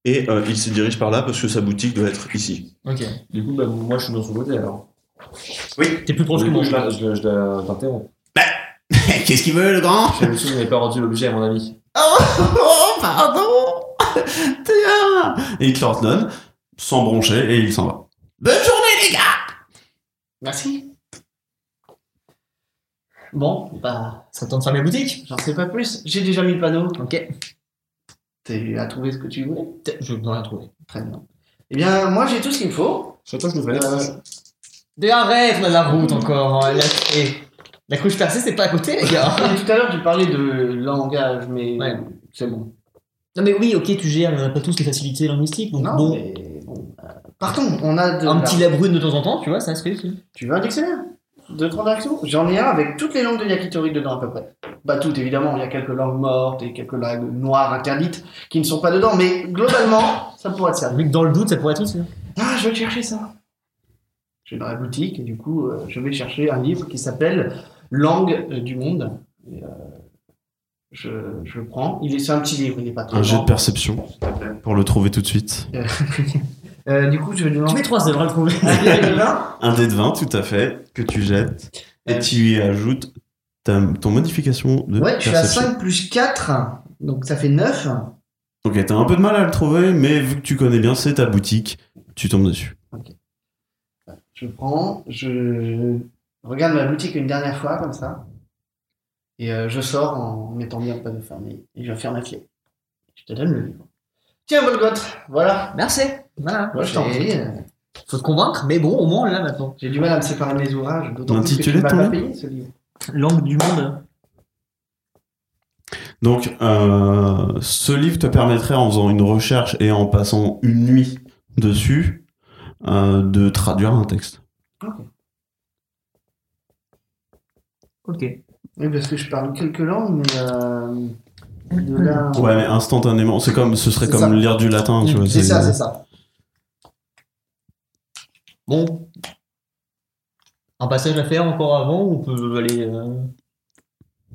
E: Et euh, il se dirige par là parce que sa boutique doit être ici.
F: ok.
C: Du coup, bah, moi, je suis dans son côté alors.
F: T'es plus proche que
C: Du coup,
F: moi.
C: je la- je la- je la- t'interromps.
I: Qu'est-ce qu'il veut, le grand
C: Je monsieur, vous n'avez pas rendu l'objet, à mon ami.
I: Oh, pardon
E: Et il te l'ordonne, sans broncher, et il s'en va.
I: Bonne journée, les gars
H: Merci. Bon, bah,
F: Ça tente de fermer la boutique
H: j'en sais pas plus. J'ai déjà mis le panneau.
F: Ok.
H: T'as trouvé ce que tu voulais
F: T'as- Je n'ai rien trouvé.
H: Très bien. Eh bien, moi j'ai tout ce qu'il me faut.
C: Chaque fois, je le fais.
H: Euh,
F: Mais arrête, on a la route encore. hein, La, eh, la couche percée, c'est pas à côté, les gars.
H: Et tout à l'heure, tu parlais de langage, mais
F: Ouais.
H: c'est bon.
F: non, mais oui, ok, tu gères, mais on n'a pas tous les facilités linguistiques. Donc,
H: Non,
F: bon,
H: mais bon. euh, partons, on a de
F: un
H: la-
F: petit la brune de temps en temps, tu vois, ça se fait aussi.
H: Tu veux un dictionnaire de transactions J'en ai un avec toutes les langues de Yakitori dedans à peu près. Bah toutes évidemment, il y a quelques langues mortes et quelques langues noires interdites qui ne sont pas dedans, mais globalement, ça pourrait te servir.
F: Vu que dans le doute, ça pourrait être aussi.
H: Ah, je vais chercher ça. Je vais dans la boutique et du coup, euh, je vais chercher un livre qui s'appelle Langue euh, du monde. Et, euh, je, je le prends. Il est c'est un petit livre, il n'est pas trop
E: Un jet de
H: grand.
E: perception pour le trouver tout de suite.
H: Euh, du coup, je vais
F: Tu mets
H: demander.
F: 3 heures à le trouver.
H: Un livre de vin
E: Un dé de 20, tout à fait, que tu jettes. Et tu y ajoutes ta- ton modification de
H: Euh, Ouais, je suis à
E: perception.
H: 5 plus 4, donc ça fait 9.
E: Ok, t'as un peu de mal à le trouver, mais vu que tu connais bien, c'est ta boutique, tu tombes dessus.
H: Je prends, je regarde ma boutique une dernière fois comme ça, et euh, je sors en mettant bien le panneau fermé, et je ferme la clé. Je te donne le livre. Tiens, Golgoth, voilà.
F: Merci. Voilà.
H: Moi, je t'en
F: Et,
H: prie.
F: euh, Faut te convaincre, mais bon, au moins on l'a maintenant.
H: J'ai du mal à me séparer de mes ouvrages, d'autant plus que tu
E: L'intitulé
H: m'as
E: de ton
H: pas payé ce livre.
F: Langue du monde.
E: Donc, euh, ce livre te permettrait, en faisant une recherche et en passant une nuit dessus, euh, de traduire un texte.
F: Ok.
H: Oui, parce que je parle quelques langues, mais euh, de là.
E: Ouais, mais instantanément. C'est comme, ce serait
H: C'est
E: comme
H: ça.
E: lire du latin, tu vois.
H: C'est ça, c'est ça.
F: Bon. Un passage à faire encore avant ou on peut aller. euh,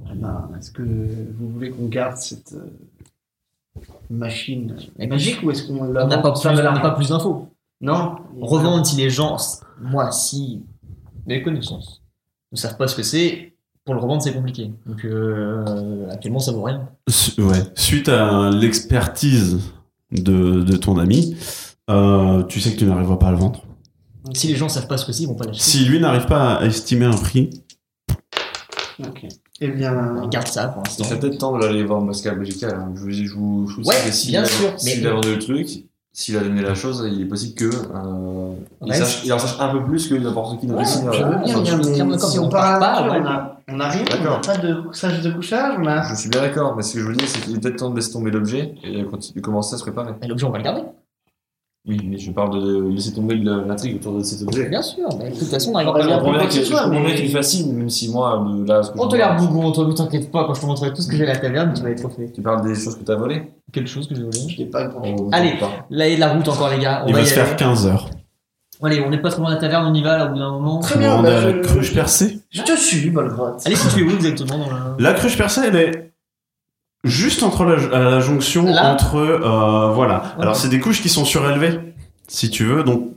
H: Ah ben, Est-ce que vous voulez qu'on garde cette euh, machine
F: Mais
H: magique ou est-ce qu'on
F: On n'a pas,
H: ça
F: plus- on n'a pas plus d'infos.
H: Non.
F: Revend intelligence, moi, si mes connaissances ne savent pas ce que c'est, pour le revendre, c'est compliqué. Donc, euh, actuellement, ça vaut rien.
E: Su- ouais. Suite à l'expertise de, de ton ami, euh, tu sais que tu n'arriveras pas à le vendre.
F: Si les gens ne savent pas ce que c'est, ils vont pas l'acheter.
E: Si lui n'arrive pas à estimer un prix,
H: Ok. Eh bien,
F: On Garde ça pour l'instant.
C: Ça fait peut-être temps d'aller voir Pascal Magical. hein. Je vous je vous je vous
F: Ouais,
C: dis que s'il
F: bien
C: a-
F: sûr,
C: S'il
F: mais-
C: a vendu le truc, s'il a donné la chose, il est possible que. euh, il,
F: Ouais.
C: sache, il en sache un peu plus que n'importe qui dans
H: Ouais,
C: le cinéma.
H: je veux bien,
C: Enfin,
H: bien,
F: je-
H: mais
F: je-
H: si
F: je-
H: on
F: je-
H: part à
F: je-
H: la
F: je-
H: nature, on a- on n'a rien, on n'a
C: D'accord.
H: pas de couchage de couchage, on a.
C: Je suis bien d'accord, mais ce que je veux dire, c'est qu'il est peut-être temps de laisser tomber l'objet et continue- commencer à se préparer.
F: Mais L'objet, on va le garder.
C: Oui, mais je parle de laisser tomber le- l'intrigue autour de cet objet.
F: Bien sûr. mais de toute façon, on
H: On
F: n'arrivera
H: va
F: pas
C: Je
H: bien
F: à
C: comprends
H: comprendre
C: bien
H: que
C: qu'il
H: ce soit,
C: je comprends bien
H: mais-
C: qu'il me fascine, même si moi, de- là, ce que
F: On
C: je
F: te l'air
C: vois,
F: bougon, toi, mais t'inquiète pas, quand je te montrerai tout ce que j'ai à l'intérieur, tu vas être refait.
C: Tu parles des choses que t'as volées
F: Quelque chose que j'ai oublié.
H: Je n'ai pas grand chose.
C: On- on
F: Allez.
C: parle.
F: Là, il y a de la route encore, les gars. On
E: il
F: va
E: va
F: y
E: se
F: aller.
E: faire 15 heures.
F: Allez, on n'est pas trop loin de la taverne, on y va là, au bout d'un moment.
H: Très
E: Vous
H: bien,
E: rendez
H: bah,
E: à la
H: je-
E: cruche percée
H: Je te suis, Bolgrotte.
F: Allez, si tu es où exactement dans la.
E: La cruche percée, elle est juste entre la, à la jonction
F: Là
E: entre. euh, voilà.
F: Ouais.
E: Alors, c'est des couches qui sont surélevées, si tu veux. Donc,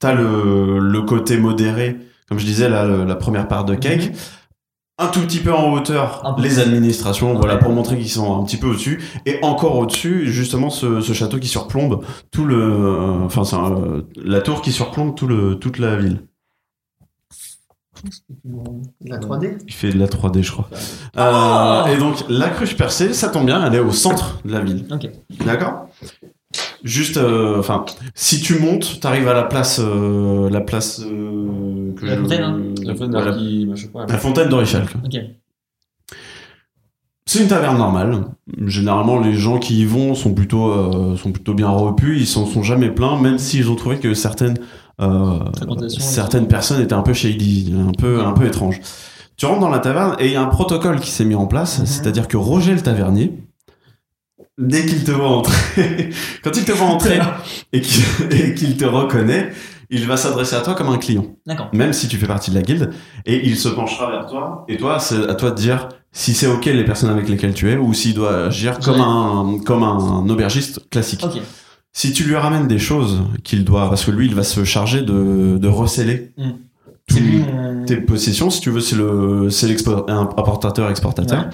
E: t'as le, le côté modéré, comme je disais, là, le- la première part de cake. Un tout petit peu en hauteur,
F: Mhm. Un peu.
E: les administrations, voilà,
F: Ouais.
E: pour montrer qu'ils sont un petit peu au-dessus. Et encore au-dessus, justement, ce, ce château qui surplombe tout euh, le. Enfin, c'est un- la tour qui surplombe tout le, toute la ville.
H: La 3D
E: Il fait de la 3D, je crois. Euh, et donc, la cruche percée, ça tombe bien, elle est au centre de la ville.
F: Ok.
E: D'accord Juste, euh, enfin, si tu montes, t'arrives à la place, euh, la place euh, que
F: La
E: je-
F: fontaine, hein
C: La faune
E: Voilà.
C: qui. bah, Je sais pas.
E: La fontaine d'Orichalque.
F: Ok.
E: C'est une taverne normale. Généralement, les gens qui y vont sont plutôt, euh, sont plutôt bien repus. Ils s'en sont jamais plaints, même s'ils ont trouvé que certaines, euh,
F: Fréquentation,
E: certaines personnes étaient un peu shady, un peu, un peu étranges. Tu rentres dans la taverne et il y a un protocole qui s'est mis en place, c'est-à-dire que Roger le tavernier, dès qu'il te voit entrer, quand il te voit entrer et qu'il et qu'il te reconnaît, il va s'adresser à toi comme un client
F: D'accord.
E: même si tu fais partie de la guilde, et il se penchera vers toi, et toi, c'est à toi de dire si c'est ok les personnes avec lesquelles tu es, ou s'il doit agir comme
F: Ouais.
E: un, comme un aubergiste classique.
F: Ok.
E: Si tu lui ramènes des choses qu'il doit, parce que lui, il va se charger de, de receller
F: Mm.
E: tout-
F: C'est lui mon.
E: tes possessions, si tu veux, c'est le, c'est l'expo- un apportateur, exportateur.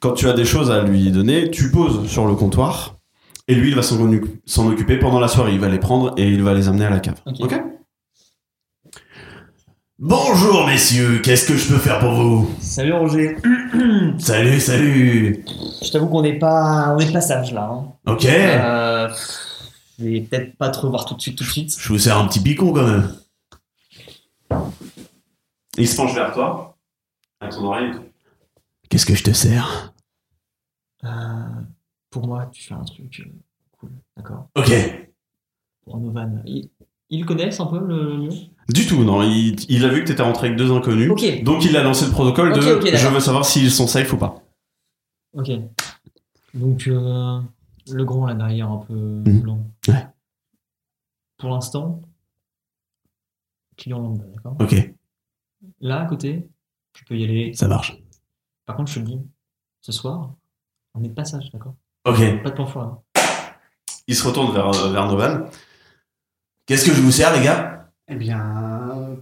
E: Quand tu as des choses à lui donner, tu poses sur le comptoir, et lui, il va s'en, s'en occuper pendant la soirée. Il va les prendre et il va les amener à la cave.
F: Ok.
E: Ok
G: Bonjour messieurs, qu'est-ce que je peux faire pour vous
F: Salut Roger.
G: Salut, salut
F: Je t'avoue qu'on n'est pas, on est de passage là. hein.
G: Ok,
E: Eh.
F: Euh, pff, je vais peut-être pas te revoir tout de suite, tout de suite.
G: je vous sers un petit picon quand même.
E: Il se penche vers toi, à ton oreille.
G: Qu'est-ce que je te sers
F: Euh, pour moi, tu fais un truc euh, cool, d'accord.
G: Ok,
F: Pour Novan, ils, ils le connaissent un peu le lion
E: Du tout, non. Il, il a vu que t'étais rentré avec deux inconnus.
F: Ok,
E: Donc il a lancé le protocole
F: Ok,
E: de
F: ok, d'accord.
E: je veux savoir s'ils sont safe ou pas.
F: ok. Donc euh, le grand là derrière, un peu
E: Mhm.
F: blanc.
E: Ouais.
F: Pour l'instant, client lambda, d'accord.
G: ok,
F: Là à côté, tu peux y aller.
G: ça marche.
F: Par contre, je te le dis, ce soir, on est de passage, d'accord.
G: Ok,
F: Pas de hein. plan foireux.
E: Il se retourne vers, euh, vers Novan.
G: qu'est-ce que je vous sers les gars
H: Eh bien,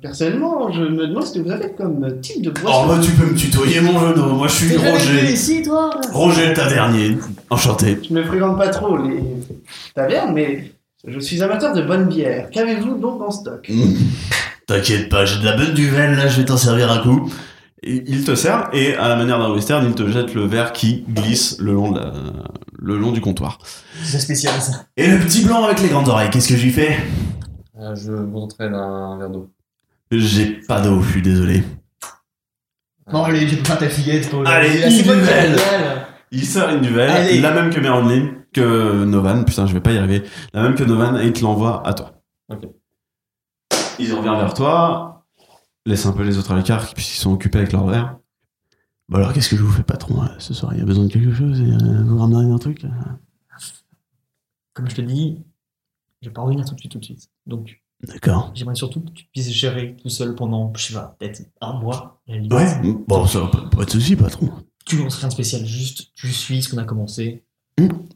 H: personnellement, je me demande ce que vous avez comme type de
G: Oh
H: boisson.
G: bah tu peux me tutoyer mon jeune homme, moi je suis Roger.
H: ici, toi
G: Roger le tavernier, enchanté.
H: Je ne fréquente pas trop les tavernes, mais je suis amateur de bonne bière. Qu'avez-vous donc en stock
E: Mmh.
G: T'inquiète pas, j'ai de la bonne duvel là, je vais t'en servir un coup.
E: Et Il te sert et à la manière d'un western, il te jette le verre qui glisse le long, de la- le long du comptoir.
F: C'est spécial ça.
G: Et le petit blanc avec les grandes oreilles, qu'est-ce que j'y fais
C: Euh, Je vous entraîne un verre d'eau.
G: J'ai pas d'eau, je suis désolé.
F: Bon, allez, je vais faire ta fillette. pour aujourd'hui.
G: Allez,
F: Ah, c'est
G: une
F: bonne
G: nouvelle.
F: nouvelle.
E: Il sert une duvel,
F: Allez.
E: la même que Merlin, que Novan, putain je vais pas y arriver, la même que Novan et il te l'envoie à toi.
C: Ok.
E: Il revient vers toi, laisse un peu les autres à l'écart puisqu'ils sont occupés avec leur verre.
G: Bon alors, qu'est-ce que je vous fais,
E: euh,
G: patron, là, ce soir Il y a besoin de quelque chose et, euh, Vous ramenez un truc là
F: Comme je te dis, je vais pas revenir tout de suite, tout de suite. Donc,
G: D'accord.
F: j'aimerais surtout que tu puisses gérer tout seul pendant, je sais pas, peut-être un mois. à la limite.
G: Ouais Bon, ça, pas, pas de soucis, patron.
F: Tu lances rien de spécial, juste tu suis ce qu'on a commencé.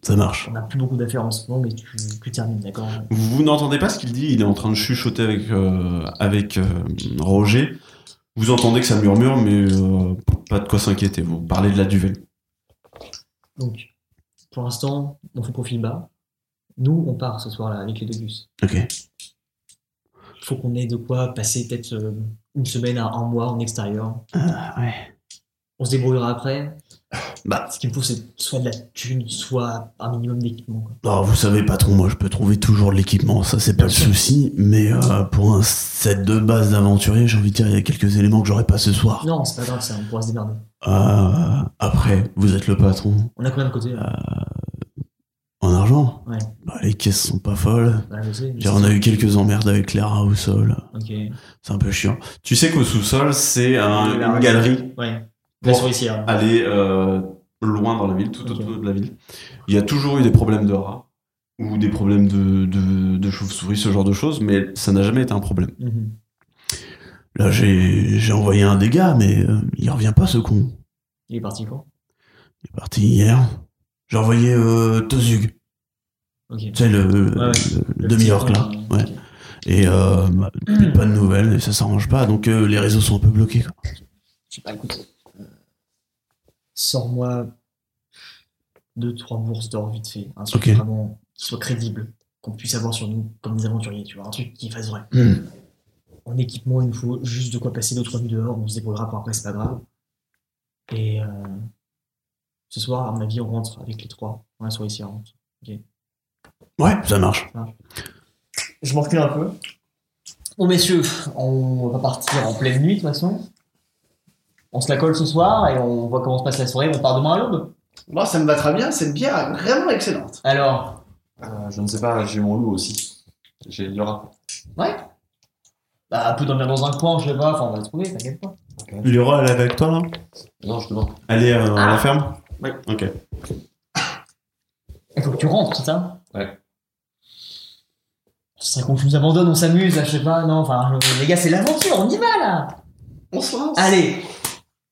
G: Ça marche.
F: On n'a plus beaucoup d'affaires en ce moment, mais tu, tu termines, d'accord
E: Vous n'entendez pas ce qu'il dit, il est en train de chuchoter avec, euh, avec euh, Roger. Vous entendez que ça murmure, mais euh, pas de quoi s'inquiéter. Vous parlez de la duvel.
F: Donc, pour l'instant, on fait profil bas. Nous, on part ce soir-là avec les deux bus.
G: Ok.
F: Il faut qu'on ait de quoi passer peut-être euh, une semaine à un mois en extérieur.
G: Ah, ouais.
F: On se débrouillera après.
G: Bah.
F: Ce qu'il me faut, c'est soit de la thune, soit un minimum d'équipement. quoi.
G: Alors, vous savez, patron, moi, je peux trouver toujours de l'équipement, ça, c'est pas le souci. Mais euh, pour un set de base d'aventurier, j'ai envie de dire, il y a quelques éléments que j'aurais pas ce soir.
F: Non, c'est pas grave, ça, on pourra se démerder.
G: Euh, après, vous êtes le patron.
F: On a combien de côté là
G: En argent
F: Ouais.
G: Bah, les caisses sont pas folles.
F: Bah, je sais, je
G: Ah. Genre, on a eu quelques emmerdes avec Clara au sol.
F: sais.
G: C'est un peu chiant.
E: Tu sais qu'au sous-sol, c'est un- une galerie.
F: Ok, ouais.
E: Bon.
F: La souricière.
E: Aller euh, loin dans la ville, tout
F: Ah. Ok.
E: autour de la ville. Il y a toujours eu des problèmes de rats ou des problèmes de, de, de chauves-souris, ce genre de choses, mais ça n'a jamais été un problème.
F: Mhm.
G: Là, j'ai j'ai envoyé un dégât, mais euh, il revient pas, ce con.
F: Il est parti quand
G: Il est parti hier. J'ai envoyé euh, Tozug,
F: Ok.
G: tu sais, le, le-
F: Ouais, ouais.
G: le demi-orc là. Ouais. Et euh, bah, depuis, pas de nouvelles, et ça s'arrange pas, donc euh, les réseaux sont un peu bloqués. quoi.
F: Je sais pas, écoute. euh, Sors-moi deux, trois bourses d'or vite fait. Un truc
G: Ok. Hmm.
F: vraiment qui soit crédible, qu'on puisse avoir sur nous comme des aventuriers, tu vois. Un truc qui fasse vrai. en équipement, il nous faut juste de quoi passer deux trois nuits dehors. On se débrouillera pour après, c'est pas grave. Et euh, ce soir, à mon avis, on rentre avec les trois. On la soirée ici, on rentre.
G: Ouais, ça marche.
F: Je m'en recule un peu. Bon, messieurs, on va partir en pleine nuit, de toute façon. On se la colle ce soir et on voit comment se passe la soirée. On part demain à l'aube.
H: Moi, ça me va très bien. Cette bière est vraiment excellente.
F: Alors,
C: Euh, je ne sais pas, j'ai mon loup aussi. J'ai il y aura.
F: bah, un peu dormir dans un coin, je sais pas. Enfin, on va le trouver, t'inquiète pas.
E: Leroy, elle est avec toi là
C: Non, justement.
E: Elle est euh, à la ferme Oui. Ok.
F: Il faut que tu rentres, c'est ça
C: Ouais.
F: Ce serait qu'on nous abandonne, on s'amuse, là, je sais pas. Non, enfin, je- les gars, c'est l'aventure, on y va là
H: On se lance.
F: Allez,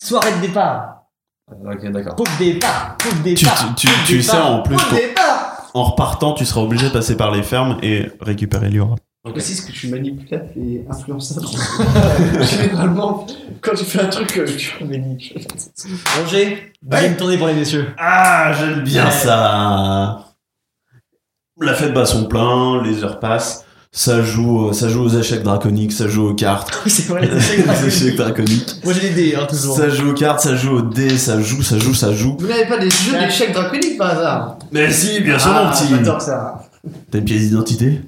F: soirée de départ.
C: Euh, Ok, d'accord.
F: Pop départ, pop
E: Tu,
F: départ.
E: tu,
F: pop
E: tu, tu sais,
F: départ,
E: en plus,
F: pop
E: qu'en-
F: départ.
E: en repartant, tu seras obligé de passer par les fermes et récupérer Liora.
C: Ok.
H: Précise que je suis manipulateur et influençable. Généralement, quand tu fais un truc, euh, tu en bénis.
F: Roger, deuxième tournée pour les messieurs.
G: Ah, j'aime bien
F: Ouais.
G: ça.
E: La fête bat son plein, les heures passent, ça joue, euh, ça joue aux échecs draconiques, ça joue aux cartes,
F: c'est vrai,
E: les échecs draconiques.
F: Moi j'ai des dés, hein, toujours.
E: Ça joue aux cartes, ça joue aux dés, ça joue, ça joue, ça joue.
H: Vous n'avez pas des jeux d'échecs draconiques par hasard
G: Mais si, bien sûr,
E: Ah,
F: Ah,
G: mon petit.
H: J'adore ça.
G: T'as une pièce d'identité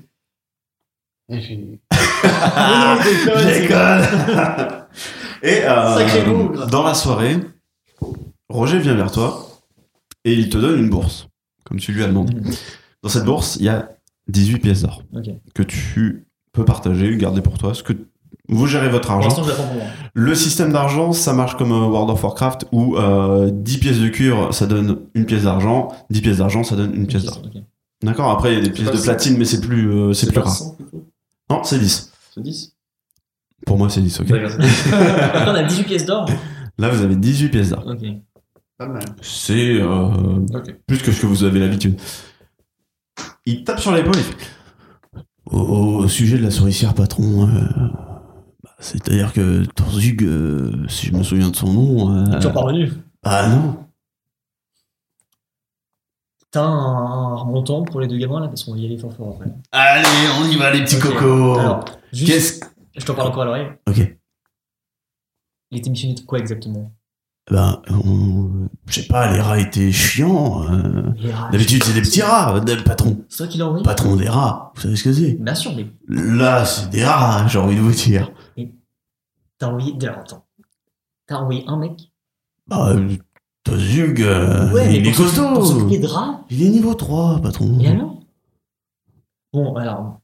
H: Et j'ai-
G: Ah,
F: Ah,
E: Ah,
G: J'école.
E: Et euh,
H: Sacré bougre.
E: dans la soirée, Roger vient vers toi et il te donne une bourse, comme tu lui as demandé. Dans cette bourse, il y a 18 pièces d'or
F: Ok.
E: que tu peux partager, garder pour toi. Ce que vous gérez votre
F: Pour
E: argent.
F: l'instant, je la prends pour moi.
E: Le système d'argent, ça marche comme euh, World of Warcraft où euh, 10 pièces de cuivre, ça donne une pièce d'argent, 10 pièces d'argent, ça donne une pièce d'or.
F: Ok.
E: D'accord Après, il y a des pièces
C: pas
E: de
C: ça.
E: platine, mais c'est plus, euh, c'est plus
C: pas
E: rare.
C: 100 plutôt
E: Non, c'est 10.
C: C'est 10
E: Pour moi, c'est 10, ok
C: D'accord, c'est 10.
F: Attends, on a 18 pièces d'or.
E: Là, vous avez 18 pièces d'or.
F: Ok.
H: Pas mal.
E: C'est euh,
C: Ok.
E: plus que ce que vous avez l'habitude. Il tape sur l'épaule. il fait,
G: Au, au sujet de la souricière, patron, euh, bah, c'est-à-dire que Torzug, euh, si je me souviens de son nom. euh,
F: Toujours pas revenu.
G: ah non
F: T'as un, un remontant pour les deux gamins là, parce qu'on va y aller fort fort après.
G: Allez, on y va, les petits
F: Ok.
G: cocos
F: Alors, juste,
G: Qu'est-ce
F: je t'en parle encore à l'oreille.
G: Ok.
F: Il était missionné de quoi exactement
G: Ben, on- je sais pas, les rats étaient chiants. euh,
F: Les rats.
G: D'habitude, c'est des petits rats, euh, des patrons.
F: C'est toi qui l'as envoyé
G: Patron des rats, vous savez ce que c'est
F: Bien sûr, mais
G: Là, c'est des rats, hein, j'ai envie de vous dire.
F: t'as envoyé. D'ailleurs, attends. T'as envoyé un mec
G: Bah, euh, Torzug, euh, il est
F: pour s'occuper-
E: Oh.
G: costaud
F: Pour s'occuper de rats
G: euh, Il est niveau 3, patron.
E: Mhm.
F: Et alors Bon, alors.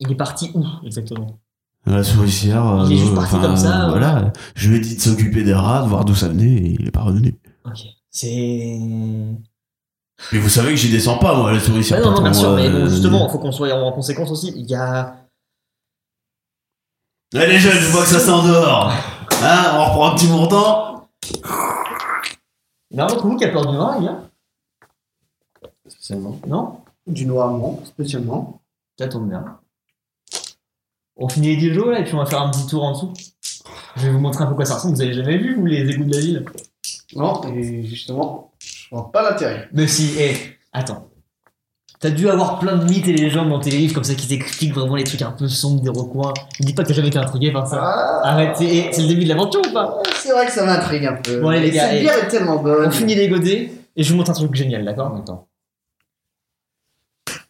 F: Il est parti où exactement
G: La souricière, euh,
F: Il est juste parti
G: enfin,
F: comme ça, euh.
G: Voilà, je lui ai dit de s'occuper des rats, de voir d'où ça venait, et il est pas revenu.
F: Ok. C'est.
G: Mais vous savez que j'y descends pas, moi, la souricière.
F: Bah non, non, bien
G: patron,
F: sûr, mais
G: euh,
F: bon, justement, faut qu'on soit en conséquence aussi. Il y a.
G: Allez, Eh, jeunes, je vois que ça s'endort. Hein, on reprend un petit montant.
F: Il y en a un d'entre vous qui a peur du noir, les gars
C: Spécialement.
F: Non
H: Du noir blanc, spécialement.
F: Ça tombe bien. On finit les 10 jours là, et puis on va faire un petit tour en dessous. Je vais vous montrer un peu quoi ça ressemble. Vous avez jamais vu, vous, les égouts de la ville
H: Non, et justement, je vois pas l'intérêt.
F: Mais si, hé, attends. T'as dû avoir plein de mythes et légendes dans tes livres comme ça qui t'expliquent vraiment les trucs un peu sombres des recoins. Ne dis pas que t'as jamais été intrigué par ça.
H: Ah,
F: Arrête, c'est hé, c'est le début de l'aventure ou pas
H: C'est vrai que ça m'intrigue un peu.
F: Bon, allez, les gars,
H: Cette
F: et-
H: bière est tellement
F: On
H: bonne.
F: finit les godets et je vous montre un truc génial, d'accord
C: Attends.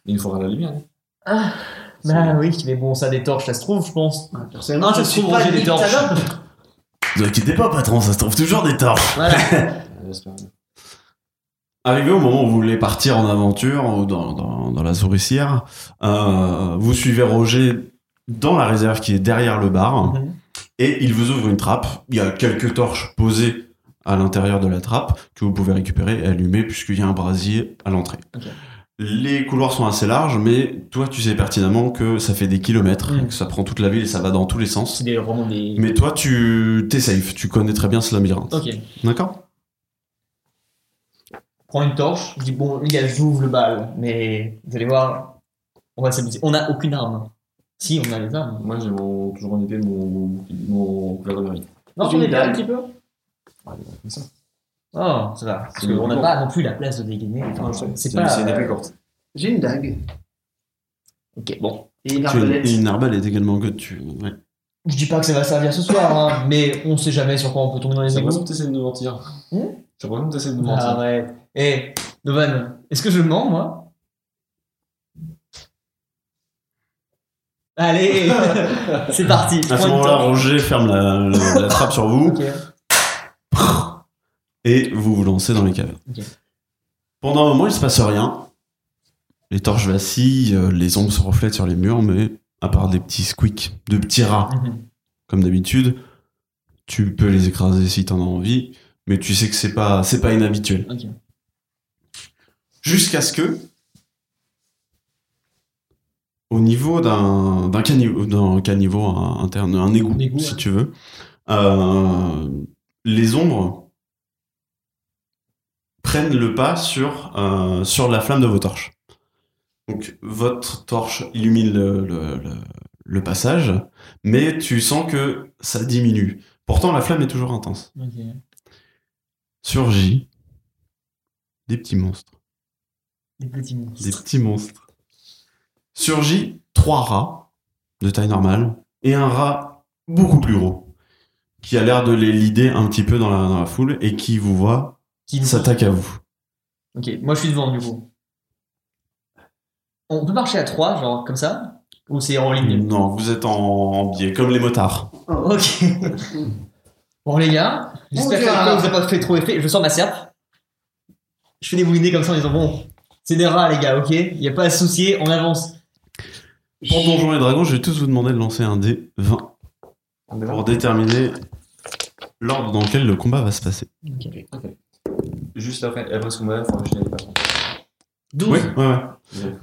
C: Il nous faudra la lumière. hein.
F: Bah oui, mais bon, ça des torches, ça se trouve, je pense.
H: Ah, Personnellement,
F: Non, je trouve Roger des torches.
H: dictateur.
G: Ne vous inquiétez pas, patron, ça se trouve toujours des torches.
F: Voilà.
C: Euh, j'espère.
E: Arrivé au moment où vous voulez partir en aventure ou dans, dans- dans la souricière, euh, vous suivez Roger dans la réserve qui est derrière le bar
F: Mhm.
E: et il vous ouvre une trappe. Il y a quelques torches posées à l'intérieur de la trappe que vous pouvez récupérer et allumer puisqu'il y a un brasier à l'entrée.
F: Ok.
E: Les couloirs sont assez larges, mais toi tu sais pertinemment que ça fait des kilomètres,
F: Mhm.
E: que ça prend toute la ville et ça va dans tous les sens.
F: C'est des, vraiment des.
E: Mais toi, tu t'es safe, tu connais très bien ce labyrinthe.
F: Ok.
E: D'accord
F: prends une torche, je dis bon les gars j'ouvre le bal, mais vous allez voir, on va s'amuser. On n'a aucune arme. Si on a les armes.
C: Moi, j'ai mon, toujours en épée mon, mon, mon couleur de mairie.
F: Non,
H: J'ai
F: on est
H: une
F: bien un
H: dalle.
F: petit peu.
C: Ah, mais comme ça.
F: Oh, ça va. Parce
C: C'est
F: qu'on n'a
C: bon.
F: pas non plus la place de dégainer. Enfin,
C: Enfin,
F: c'est pas.
C: Ah, C'est une épée
F: euh,
C: courte.
H: J'ai une dague.
F: Ok, bon.
H: Et une
E: Tu as une,
H: arbalète.
E: une arbalète également que tu. ouais.
F: Je dis pas que ça va servir ce soir, hein, mais on sait jamais sur quoi on peut tomber dans les
C: J'ai l'impression
F: égouts.
C: que t'essaies de nous mentir.
F: Hmm
C: J'ai l'impression que t'essaies de nous
F: Ah
C: mentir.
F: ouais. Eh, Dovan, est-ce que je mens, moi Allez C'est parti je
E: À ce
F: prends une
E: moment-là,
F: torche.
E: Roger ferme la, la- la trappe sur vous
F: Ok.
E: et vous vous lancez dans les cavernes.
F: Ok.
E: Pendant un moment, il se passe rien. Les torches vacillent, euh, les ombres se reflètent sur les murs, mais à part des petits squeaks, de petits rats,
F: Mhm.
E: comme d'habitude, tu peux les écraser si t'en as envie, mais tu sais que c'est pas, c'est pas inhabituel.
F: Ok.
E: Jusqu'à ce que, au niveau d'un, d'un caniveau, d'un caniveau un- interne, un égout,
F: Un égout,
E: si
F: ouais.
E: tu veux, euh, les ombres prennent le pas sur, euh, sur la flamme de vos torches. Donc, votre torche illumine le- le- le, le passage, mais tu sens que ça diminue. Pourtant, la flamme est toujours intense
F: Ok.
E: surgit des petits monstres.
F: Des petits monstres.
E: Des petits monstres. Surgit trois rats de taille normale et un rat beaucoup plus gros qui a l'air de les lider un petit peu dans la, dans la foule et qui vous voit
F: Qui nous-
E: s'attaque à vous.
F: Ok, moi je suis devant du coup. On peut marcher à 3, genre comme ça Ou c'est en ligne
E: Non, vous êtes en, en biais, comme les motards.
F: Ok. bon les gars, j'espère que
H: Dieu,
F: ça
H: alors.
F: vous a pas fait trop effet. Je sors ma serpe. Je fais des boulinés comme ça en disant bon, c'est des rats les gars, ok Y a pas à se soucier, on avance.
E: Pour Donjons et Dragons, je vais tous vous demander de lancer un dé 20 pour déterminer l'ordre dans lequel le combat va se passer.
C: Juste après, après ce qu'on va faire, faut acheter les patrons.
F: 12.
E: Oui, ouais, ouais.
C: Ouais.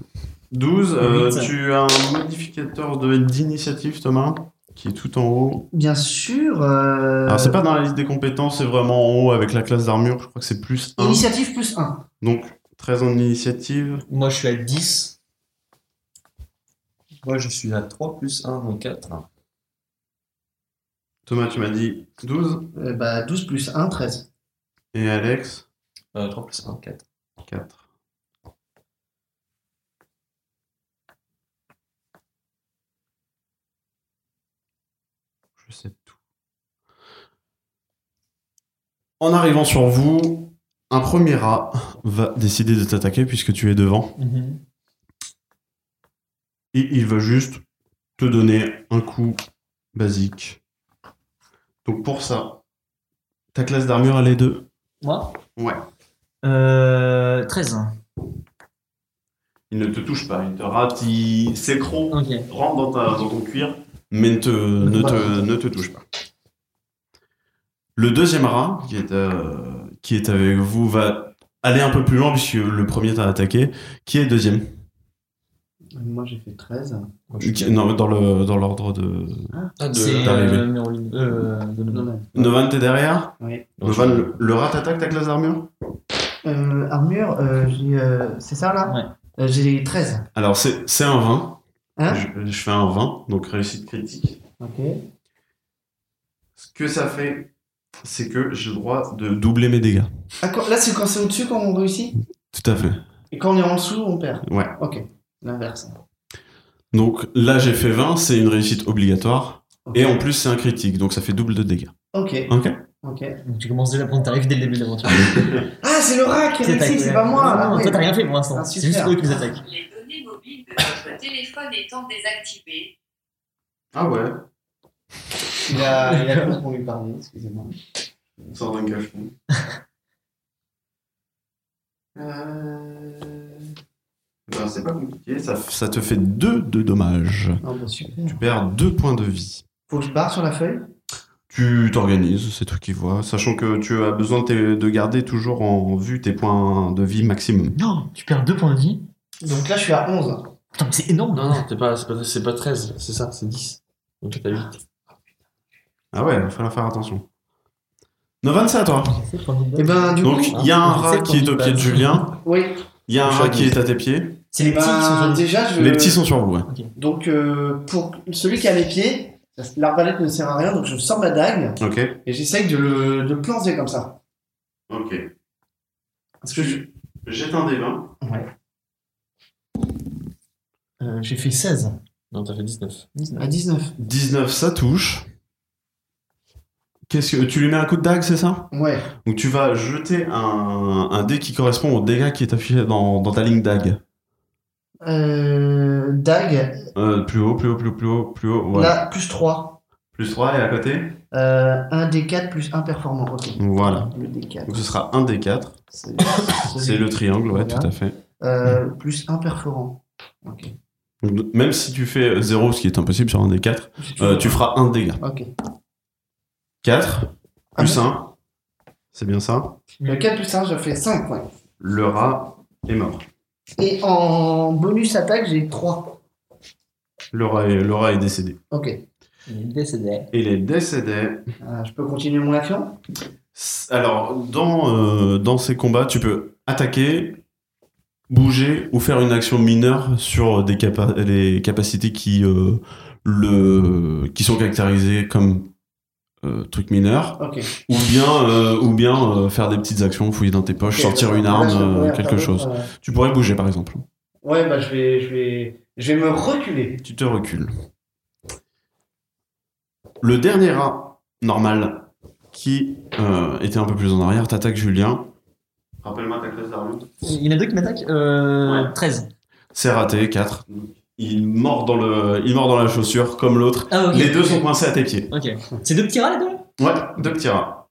E: 12, euh,
F: Huit.
E: tu as un modificateur de- d'initiative, Thomas, qui est tout en haut.
H: Bien sûr. euh,
E: Alors, c'est pas dans la liste des compétences, c'est vraiment en haut avec la classe d'armure, je crois que c'est plus 1.
H: Initiative plus 1.
E: Donc, 13 en initiative.
F: Moi je suis à 10.
C: Moi, je suis à 3 plus 1, donc 4.
E: Thomas, tu m'as dit 12.
H: bah, 12 plus 1, 13.
E: Et Alex,
C: Euh, 3 plus 1, 4.
E: 4. Je sais tout. En arrivant sur vous, un premier rat va décider de t'attaquer puisque tu es devant.
F: Mhm.
E: Et il va juste te donner un coup basique. Donc pour ça, ta classe d'armure, elle est 2.
F: Moi
E: Ouais.
F: Euh, 13.
E: Il ne te touche pas, il te rate, il s'écroule,
F: Ok.
E: rentre dans, ta- dans ton cuir, mais ne te, ne, te, ne te touche pas. Le deuxième rat, qui est, euh, qui est avec vous, va aller un peu plus loin puisque le premier t'a attaqué. Qui est deuxième
H: Moi, j'ai fait 13.
E: Qui- Non, dans l'ordre dans l'ordre de...
C: Ah,
F: C'est
E: d'arriver.
F: euh, mais en ligne. Euh, de
H: Non,
F: nouveau.
H: non.
E: Novan, t'es derrière
H: Oui.
E: Novan, le, le rat t'attaque ta classe d'armure
H: Euh, armure, euh, j'ai, euh, c'est ça là Ouais. j'ai 13.
E: Alors, c'est c'est un 20.
H: Hein
E: je, je fais un 20, donc réussite critique.
H: Ok.
E: Ce que ça fait, c'est que j'ai le droit de doubler mes dégâts.
H: Ah, quand- là, c'est quand c'est au-dessus quand on réussit
E: Tout à fait.
H: Et quand on est en dessous, on perd
E: Ouais.
H: Ok. L'inverse.
E: Donc là, j'ai fait 20, c'est une réussite obligatoire.
H: Ok.
E: Et en plus, c'est un critique, donc ça fait double de dégâts.
H: Ok.
E: Ok.
H: Ok.
F: Donc, tu commences déjà à prendre ta règle dès le début de l'aventure.
H: Ah, c'est le rat qui
F: Toi, t'as-
H: réussit, c'est pas moi.
F: Non, non,
H: Ah, oui.
F: Toi, t'as rien fait pour l'instant.
H: Ah,
F: c'est
H: super.
F: juste eux qui nous attaquent.
J: Les données mobiles de votre téléphone étant désactivées,
E: Ah ouais,
H: Il a, il a cru qu'on lui parlait, excusez-moi.
E: sort d'un cachon.
H: Euh...
E: c'est pas compliqué, ça, ça te fait 2 de dommages.
H: Non, bah super.
E: Tu perds 2 points de vie.
H: Faut que je barre sur la feuille
E: Tu t'organises, c'est toi qui vois, sachant que tu as besoin de, tes- de garder toujours en vue tes points de vie maximum.
F: Non, tu perds 2 points de vie.
H: Donc là, je suis à 11.
F: Putain, mais c'est énorme.
C: Non, non, t'es pas- c'est pas, c'est pas 13, c'est ça, c'est 10. Donc là, t'as 8.
E: Ah ouais, il va falloir faire attention. Novan, c'est à toi.
H: Et ben, du
E: Donc,
H: coup,
E: il y a un
F: c'est
E: rat
F: pour
E: qui est
F: qui
E: au pied de
F: passe.
E: Julien,
H: oui.
E: il y a un rat qui est à tes pieds.
F: C'est les
H: Ben,
F: petits qui sont sur le
H: déjà, je...
E: Les petits sont sur vous. ouais.
H: Donc, euh, pour celui qui a les pieds, l'arbalète ne sert à rien, donc je sors ma dague
E: Ok.
H: et j'essaye de le, de le planter comme ça.
E: Ok.
H: Parce que je-
E: hein. Jette un des 20.
H: Euh, j'ai fait 16.
C: Non, t'as fait 19.
H: À 19.
E: 19, ça touche. Qu'est-ce que tu lui mets un coup de dague, c'est ça
H: Ouais.
E: Donc tu vas jeter un, un dé qui correspond au dégât qui est affiché dans, dans ta ligne dague.
H: Euh, Dag,
E: Euh, plus haut, plus haut, plus haut, plus haut, plus haut. ouais.
H: là, plus 3.
E: Plus 3 et à côté.
H: Euh, 1 des 4 plus 1 performant. Ok.
E: Voilà.
H: Le D4.
E: Donc ce sera un des quatre.
H: C'est
E: C'est le triangle, ouais,
H: Voilà.
E: tout à fait.
H: Euh, plus 1 perforant. Ok.
E: Donc, même si tu fais 0, ce qui est impossible sur un des quatre,
H: Si
E: euh, tu feras un dégât.
H: Ok.
E: 4
H: Ah
E: plus
H: bon
E: 1. C'est bien ça.
H: Le 4 plus 1, je fais 5 points.
E: Le rat est mort.
H: Et en bonus attaque, j'ai 3.
E: Le rat est, le rat est décédé.
H: Ok.
F: Il est décédé.
E: Il est décédé.
H: Euh, je peux continuer mon action
E: Alors, dans, euh, dans ces combats, tu peux attaquer, bouger ou faire une action mineure sur des capa- les capacités qui, euh, le, qui sont caractérisées comme euh, truc mineur,
H: Ok.
E: ou bien, euh, ou bien euh, faire des petites actions, fouiller dans tes poches,
H: Ok,
E: sortir
H: bah,
E: une
H: là,
E: arme,
H: je
E: euh,
H: pourrais
E: quelque
H: faire
E: chose.
H: d'autres, euh,
E: Tu pourrais bouger, par exemple.
H: Ouais, bah je vais, je vais, je vais me reculer.
E: Tu te recules. Le dernier rat normal qui euh, était un peu plus en arrière t'attaque Julien. Rappelle-moi ta classe d'armure.
F: Il y en a deux qui m'attaquent euh,
E: Ouais.
F: 13.
E: C'est raté, 4. Il mord dans, le... il mord dans la chaussure, comme l'autre.
F: Ah, ok.
E: Les deux sont coincés à tes pieds.
F: Ok. C'est deux petits rats, les deux là
E: Ouais, deux petits rats.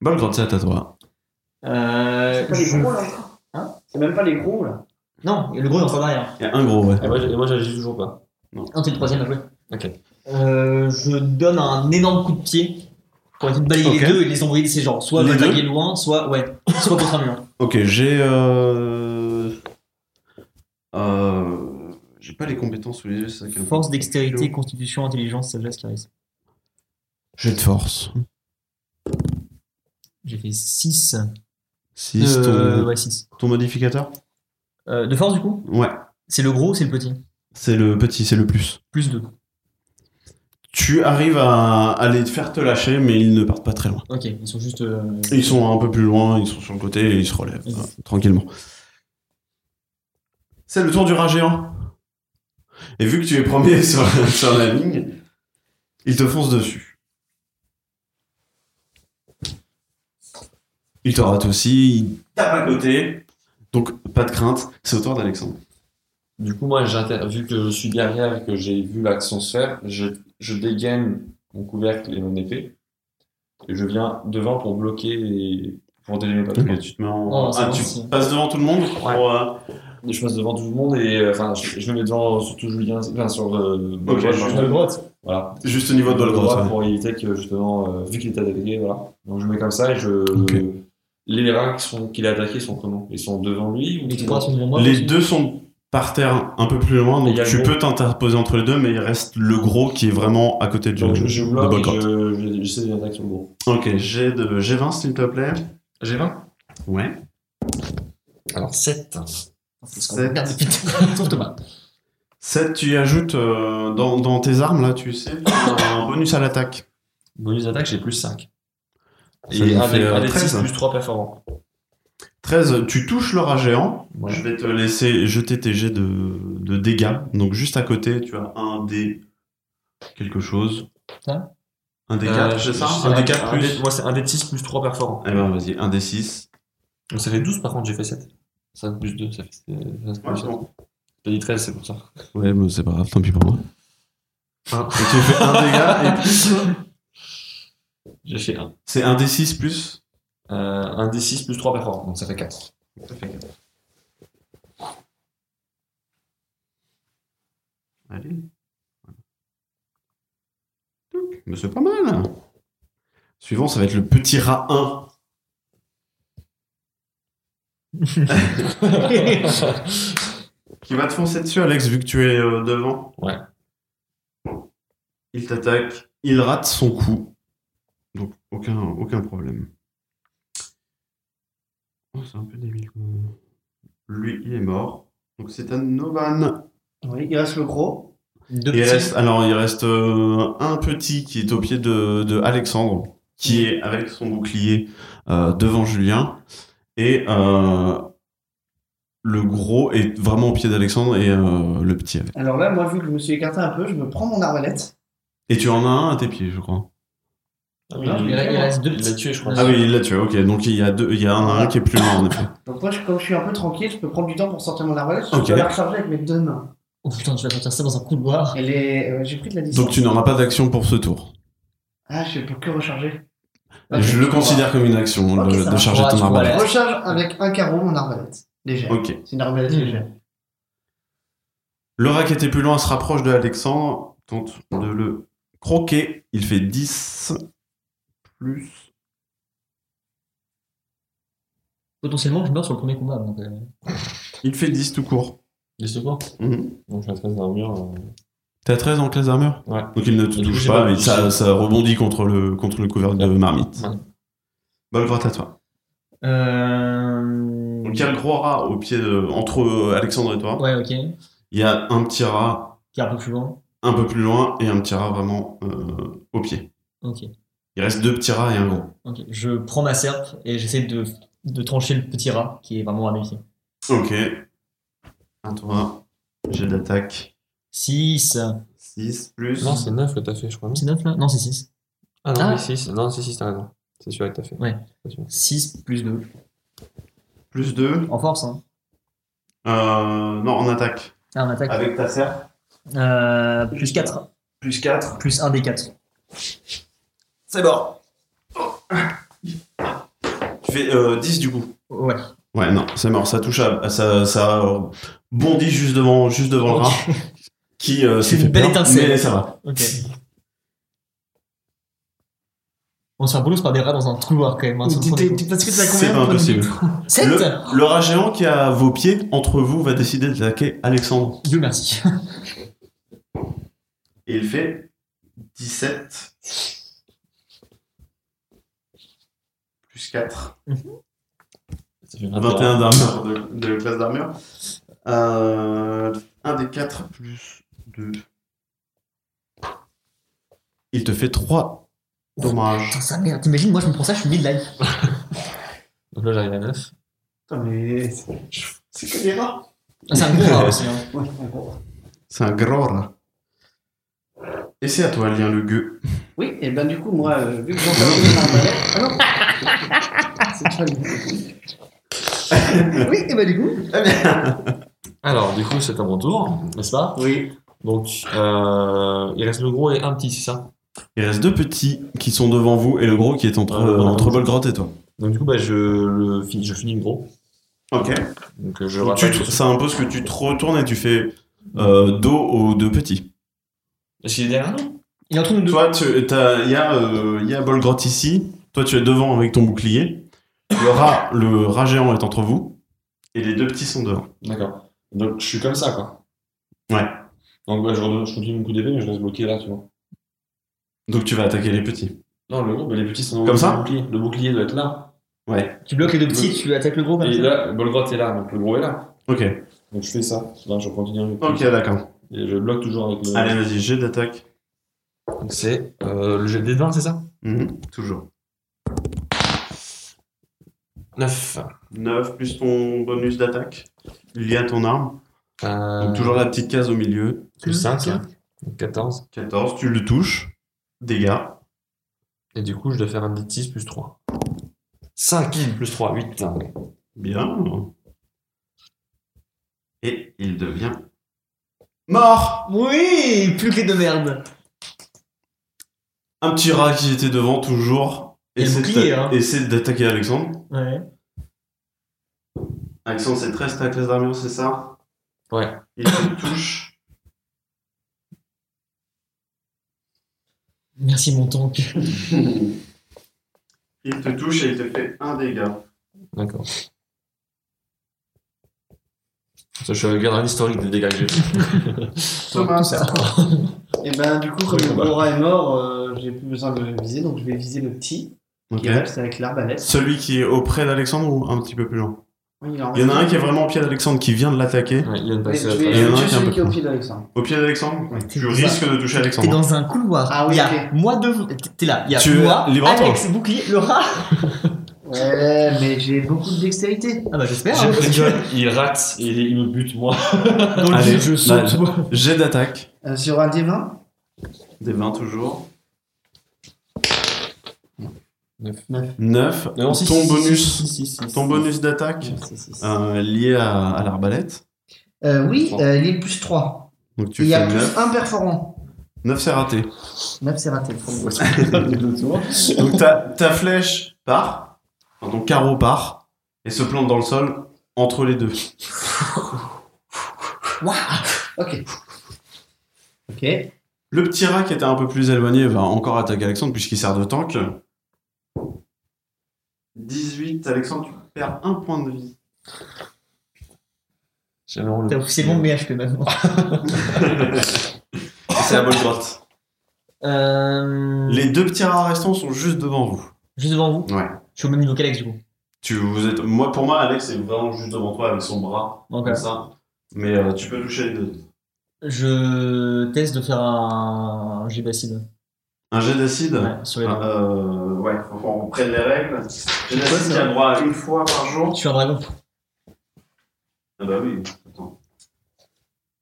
E: Bonne grenade à toi.
F: euh,
H: C'est pas les
F: je-
H: gros, là. Hein C'est même pas les gros, là.
F: Non, et le gros est encore derrière.
E: Il y a un gros, ouais.
C: Et moi, j'ai- et moi j'agis toujours pas.
F: Non, t'es le troisième à jouer.
C: Ok.
F: Euh, je donne un énorme coup de pied pour essayer de balayer
E: Ok.
F: les deux et les envoyer de ses jambes. Soit
E: Les
F: les
E: deux
F: taguer loin, soit, ouais, soit contre un mur.
E: Ok, j'ai. Euh... euh, J'ai pas les compétences sous les yeux, c'est ça qui est un peu-
F: Force, dextérité, constitution, intelligence, sagesse, charisme.
E: J'ai de force.
F: J'ai fait 6.
E: 6, ton...
F: Euh, Ouais, 6.
E: ton modificateur
F: de force, du coup
E: Ouais,
F: C'est le gros ou c'est le petit
E: c'est le petit, c'est le plus.
F: Plus 2.
E: Tu arrives à, à les faire te lâcher, mais ils ne partent pas très loin.
F: Ok, ils sont juste. euh,
E: Ils sont un peu plus loin, ils sont sur le côté et ils se relèvent
F: Vas-y.
E: euh, tranquillement. C'est le tour du rat géant. Et vu que tu es premier sur, la- sur la ligne, il te fonce dessus. Il te rate aussi, il tape à côté. Donc, pas de crainte, c'est au tour d'Alexandre.
C: Du coup, moi, j'inter- vu que je suis derrière et que j'ai vu l'action se faire, je, je dégaine mon couvercle et mon épée. Et je viens devant pour bloquer et pour dégainer pas tout le monde.
E: tu te mets en-
F: Oh, c'est
E: Ah,
F: bon,
E: tu
F: c'est-
E: passes devant tout le monde pour,
C: Ouais.
E: euh,
C: Et Je passe devant tout le monde et euh, enfin, je, je me mets devant euh, surtout Julien, enfin, sur euh,
E: Ok,
C: Bob,
E: juste
C: pardon.
E: le
F: droite.
C: Voilà.
E: juste au niveau de
C: Le
E: Dolgrot.
C: droit pour éviter que justement, euh, vu qu'il était attaqué, voilà. Donc je me mets comme ça et je.
E: Ok.
C: Les rats qui sont- qu'il a attaqués sont comment Ils sont devant lui ou
F: Les trois sont devant moi.
E: Les
F: aussi.
E: deux sont par terre un peu plus loin,
C: Et il
E: donc
C: y a le
E: tu
C: gros.
E: peux t'interposer entre les deux, mais il reste le gros qui est vraiment à côté du
C: Donc je, je
E: de
C: bloque et
E: Bogart.
C: je- je- j'essaie d'attaquer sur le gros.
E: Ok, j'ai de G20 s'il te plaît.
C: J'ai 20
E: Ouais.
C: Alors 7.
F: Parce qu'on perd depuis Sauf Thomas.
E: 7, tu y ajoutes euh, dans, dans tes armes là, tu sais, tu as un bonus à l'attaque.
C: Bonus attaque, j'ai plus 5.
E: Ça
C: Et
E: nous
C: un
E: fait,
C: des-
E: euh,
C: un des
E: 13.
C: 6 plus 3 performants.
E: 13, tu touches le rat géant.
C: Ouais.
E: Je vais te laisser jeter tes jets de, de dégâts. Donc juste à côté, tu as un dé quelque chose.
F: Ça
E: Un dé 4, c'est ça
C: Euh, je-
E: Euh, Un
C: un-
E: dé 4
C: un
E: plus.
C: dé- Moi, c'est un des 6 plus 3 performants.
E: Eh ben vas-y, un dé 6.
C: Donc ça fait 12 par contre, j'ai fait 7. 5 plus 2, ça fait 7. J'ai dit 13, c'est pour ça.
E: Ouais, mais c'est pas grave, tant pis pour moi. Et tu fais un dégât et plus.
C: J'ai fait 1.
E: C'est un D6 plus
C: un des 6 plus 3 performants, donc ça fait 4. Ça fait 4.
E: Allez. Mais c'est pas mal. hein. Suivant, ça va être le petit rat 1. Qui va te foncer dessus, Alex, vu que tu es euh, devant.
C: Ouais.
E: Il t'attaque, il rate son coup. Donc, aucun, aucun problème. Oh, c'est un peu débile. Lui, il est mort. Donc, c'est un Novan.
H: Oui, il reste le gros.
F: Deux
E: Il
F: petits.
E: reste, alors, il reste euh, un petit qui est au pied de, de Alexandre, qui est avec son bouclier euh, devant Julien. Et euh, le gros est vraiment au pied d'Alexandre et euh, le petit avec.
H: Alors là, moi, vu que je me suis écarté un peu, je me prends mon arbalète.
E: Et tu en as un à tes pieds, je crois.
F: Il, reste deux
C: Il l'a
F: petits.
C: tué, je crois.
E: Ah oui, il l'a tué, ok. Donc il y a, deux, il y a un, un qui est plus loin, en effet.
H: Donc moi, je- comme je suis un peu tranquille, je peux prendre du temps pour sortir mon arbalète.
E: Ok.
H: Je peux la recharger avec mes deux mains.
F: Oh putain, tu vas sortir ça dans un couloir.
H: Elle est... euh, J'ai pris de la distance.
E: Donc tu n'auras pas d'action pour ce tour.
H: Ah, je peux que recharger.
F: Ok,
E: je le
F: tu
E: considère comme une action
H: Ok,
E: de,
H: ça
E: de
H: va.
E: charger
F: Ouais,
E: ton
F: tu vois,
E: arbalète.
H: Je recharge avec un carreau mon arbalète. Légère.
E: Ok.
H: C'est une arbalète
F: Mmh.
H: légère.
E: Laura qui était plus loin se rapproche de Alexandre, tente de le croquer. Il fait 10 plus.
F: Potentiellement, je meurs sur le premier combat. Donc, euh,
E: Il fait 10 tout court.
C: Il se quoi
E: Mhm.
C: Donc je la trace d'armure. euh,
E: T'as 13 en classe d'armure
C: Ouais.
E: Donc il ne te
C: Et du coup,
E: touche
C: j'ai
E: pas,
C: pas
E: mais
C: touché.
E: ça, ça rebondit contre le, contre le couvert de marmite.
C: Ouais.
E: Balgrat à toi.
F: Euh...
E: Donc il y a le gros rat au pied de- entre euh, Alexandre et toi.
F: Ouais, ok. Qui
E: Il y a un petit rat
F: est un peu plus loin.
E: un peu plus loin et un petit rat vraiment euh, au pied.
F: Ok.
E: Il reste deux petits rats et un gros.
F: ok. Je prends ma serpe et j'essaie de, de trancher le petit rat qui est vraiment à mes pieds.
E: Ok. Un tour J'ai d'attaque.
F: 6.
E: 6 plus.
C: Non, c'est 9 que t'as fait, je crois. non
F: C'est 9 là Non, c'est 6.
C: Ah non,
F: Ah.
C: mais 6. Non, c'est 6, t'as raison. C'est celui-là que t'as fait.
F: Ouais.
C: C'est celui-là.
F: 6 plus 2.
E: Plus 2.
F: En force, hein.
E: Euh, non, en attaque.
F: Ah, en attaque.
E: Avec ta serre.
F: Euh, plus 4.
E: Plus 4.
F: Plus 1 des 4.
E: C'est bon. Tu fais euh, 10 du coup.
F: Ouais.
E: Ouais, non, c'est mort. Ça touche à. Ça, ça euh, bondit juste devant, juste devant le
F: Ok.
E: rat. Qui euh,
F: C'est
E: s'est
F: une
E: fait
F: belle
E: peur,
F: étincelle.
E: Mais ça va.
F: Ok. On se fait bolos par des rats dans un couloir quand même. hein, sur le premier coup.
H: Parce que t'as
E: C'est
H: combien
E: pas
H: de points de vie
E: impossible.
F: Sept
E: Le, le rat géant qui est à vos pieds, entre vous, va décider d'attaquer Alexandre.
F: Dieu merci.
E: Et il fait 17. Plus 4.
C: Ça fait
E: 21 d'armure, de, de classe d'armure. Euh, un des 4 plus 2. Il te fait 3 dommages.
F: Putain, sa merde. T'imagines, moi je me prends ça, je suis mid life.
C: Donc là, j'arrive à 9.
H: Putain, mais... C'est que des rats.
F: Ah, c'est un gros rat aussi. hein.
H: Ouais, en gros.
E: C'est un gros rat. Et c'est à toi, lien le gueux.
H: Oui, et ben du coup, moi, euh, vu que j'en fais un balai. Ah non C'est pas le Oui, et ben du coup.
C: Alors, du coup, c'est à mon tour, n'est-ce pas
H: Oui.
C: Donc, euh, il reste le gros et un petit, c'est ça
E: Il reste deux petits qui sont devant vous et le gros qui est entre,
C: Ah, le
E: euh,
C: gros.
E: entre Bolgrot et toi.
C: Donc, du coup, bah, je, le finis, je finis le gros.
E: Ok.
C: Donc, euh, je
E: Donc, tu
C: rappelle.
E: te- ça impose que tu te retournes et tu fais euh, dos aux deux petits.
C: Est-ce qu'il est derrière nous
F: Il est entre nous deux.
E: Toi, tu- t'as- il y a, euh, il y a Bolgrot ici. Toi, tu es devant avec ton bouclier. Le rat, le rat géant est entre vous. Et les deux petits sont devant.
C: D'accord. Donc, je suis comme ça, quoi.
E: Ouais.
C: Donc, bah, je, redonne- je continue mon coup d'épée, mais je reste bloqué là, tu vois.
E: Donc, tu vas attaquer les petits.
C: Non, le gros, bah, les petits sont
E: Comme ça
C: le bouclier. Le bouclier doit être là.
F: Tu bloques les deux petits, tu attaques le gros comme
C: Et
F: ça.
C: là, Bolgrot est là, donc le gros est là.
E: Ok.
C: Donc, je fais ça. Là, je continue avec
E: Ok, d'accord.
C: Et je bloque toujours avec le.
E: Allez, vas-y, jet d'attaque.
C: Donc, c'est euh, le jet des 20, c'est ça
E: Toujours.
C: 9.
E: 9 plus ton bonus d'attaque lié à ton arme. Donc, toujours la petite case au milieu.
C: Euh, Plus 5, donc 14.
E: 14, tu le touches. Dégâts.
C: Et du coup, je dois faire un d 6 plus Mmh. Ah 3. 5 plus 3, 8.
E: Bien. Et il devient mort.
F: Oui, plus que les deux merdes.
E: Un petit rat qui était devant toujours.
F: Et le
E: essaie de
F: bouclier,
E: t'a-
F: hein.
E: essaie d'attaquer Alexandre.
F: Ouais.
E: Alexandre, c'est 13 ta classe d'armure, c'est ça
C: Ouais.
E: Il te touche.
F: Merci mon tank.
E: Il te touche et il te fait un dégât.
C: D'accord. Ça, je regarde un historique des dégâts que j'ai fait.
H: Thomas, c'est à toi. Et ben du coup, comme
C: Oui,
H: le
C: bah.
H: gros rat est mort, euh, j'ai plus besoin de le viser, donc je vais viser le petit,
E: Ok.
H: qui reste avec l'arbalète.
E: Celui qui est auprès d'Alexandre ou un petit peu plus loin
H: Oui,
E: Il y en a un qui est vraiment au pied d'Alexandre qui vient de l'attaquer.
C: Ouais, il vient de
H: Mais
C: passer
H: je
C: à
H: vais
E: Il y en a
H: je
E: un
H: vais
E: qui est
H: tuer
E: un peu
H: celui qui est au
E: plus
H: pied d'Alexandre.
E: Au pied d'Alexandre Tu
F: C'est
E: risques de toucher
F: T'es
E: Alexandre.
F: dans un couloir.
H: Ah oui,
F: Il y a
H: ok.
F: moi devant. T'es là. Il y a
E: Tu veux-
F: moi,
E: libre à toi.
F: Alex, bouclier, le rat.
H: Ouais, mais j'ai beaucoup de dextérité.
F: Ah bah j'espère.
C: Je
F: hein.
C: rigole, il rate et il me bute, moi.
H: Donc,
E: Allez,
H: je-
E: là, Jet d'attaque.
H: euh, sur un D20
E: Des 20 toujours.
H: 9.
E: 9.
C: Non, si,
E: ton
C: si, si,
E: bonus,
C: si, si, si, si,
E: ton
C: si.
E: bonus d'attaque euh, lié à, à l'arbalète.
H: Euh, oui, euh, il est plus 3.
E: Donc tu
H: Il y a
E: fais
H: plus
E: 9.
H: un perforant.
E: 9 c'est raté.
H: 9, c'est raté.
E: Donc ta, ta flèche part, enfin, ton carreau part et se plante dans le sol entre les deux.
H: Ok. Ok.
E: Le petit rat qui était un peu plus éloigné va encore attaquer Alexandre puisqu'il sert de tank. 18, Alexandre, tu perds un point de vie.
C: J'avais enlevé.
F: T'as officiellement mes HP maintenant.
E: C'est la bonne droite.
F: Euh...
E: Les deux petits rats restants sont juste devant vous.
F: Juste devant vous
E: Ouais.
F: Je suis au même niveau qu'Alex du coup.
E: Tu, vous êtes, moi, pour moi, Alex est vraiment juste devant toi avec son bras,
F: Donc
E: comme ça. Mais euh, tu peux toucher les deux.
F: je teste de faire un, un jet d'acide
E: Un jet d'acide
F: ouais, sur les
E: Ah,
F: deux.
E: euh, ouais, faut qu'on prenne les règles. J'ai la
F: quoi,
E: scie qui
F: ça
E: a droit à une fois par jour.
F: Je suis un dragon.
E: Ah bah oui.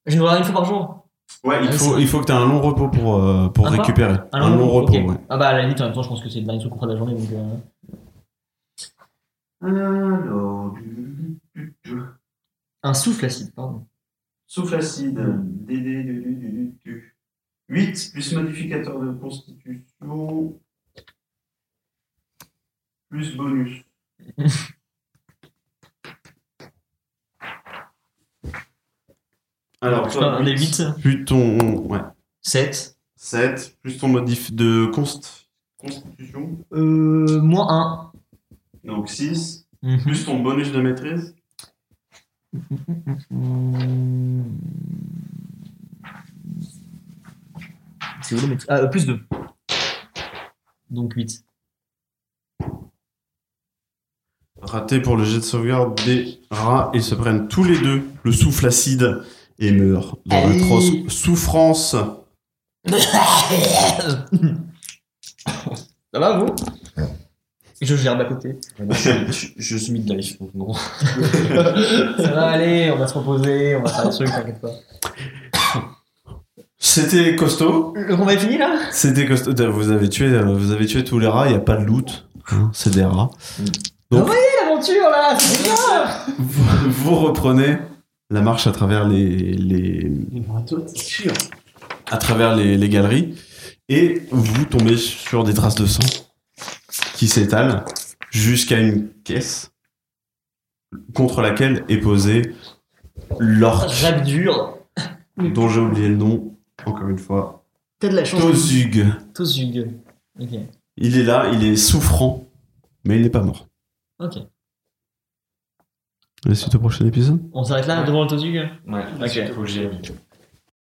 F: Je me regarde une fois par jour.
E: Ouais, il
F: Ah,
E: faut,
F: c'est-
E: il faut que t'aies un long repos pour, euh, pour
F: Un quoi
E: récupérer. Un, long, repos,
F: ok.
E: ouais.
F: Ah bah à la limite en même temps je pense que c'est le dernier truc qu'on fera de la journée donc. euh,
C: Alors,
F: Un souffle acide, pardon.
C: souffle acide. 8 plus modificateur de constitution. Plus bonus.
E: Alors,
F: Putain,
E: toi,
F: un des 8,
E: plus ton. Ouais.
F: 7,
E: 7, plus ton modif de const... constitution.
F: euh, moins
E: Donc 6,
F: 1.
E: plus ton bonus de maîtrise.
F: C'est où le mec Ah, euh, plus 2. Donc 8.
E: Raté pour le jet de sauvegarde des rats. Ils se prennent tous les deux le souffle acide et meurent dans l'atroce souffrance.
F: Ça va, vous Je gerbe à côté.
C: je, je suis midlife, donc non.
F: Ça va, allez, on va se reposer, on va faire des trucs, t'inquiète pas.
E: C'était costaud.
F: Le combat est fini là
E: C'était costaud. Putain, Vous avez tué, euh, vous avez tué tous les rats. Il n'y a pas de loot. hein, C'est des rats.
F: Quelle aventure là C'est bien
E: Vous, vous reprenez la marche à travers les, les à travers les, les galeries et vous tombez sur des traces de sang qui s'étalent jusqu'à une caisse contre laquelle est posé l'orque
F: Rap dur.
E: dont j'ai oublié le nom encore une fois.
F: T'as de la chance.
E: Tozug.
F: Tozug. Ok.
E: Il est là, il est souffrant, mais il n'est pas mort.
F: Ok.
E: La suite au prochain épisode.
F: On s'arrête là devant le Tozug
C: Ouais,
F: Ok.
C: faut que j'y aille.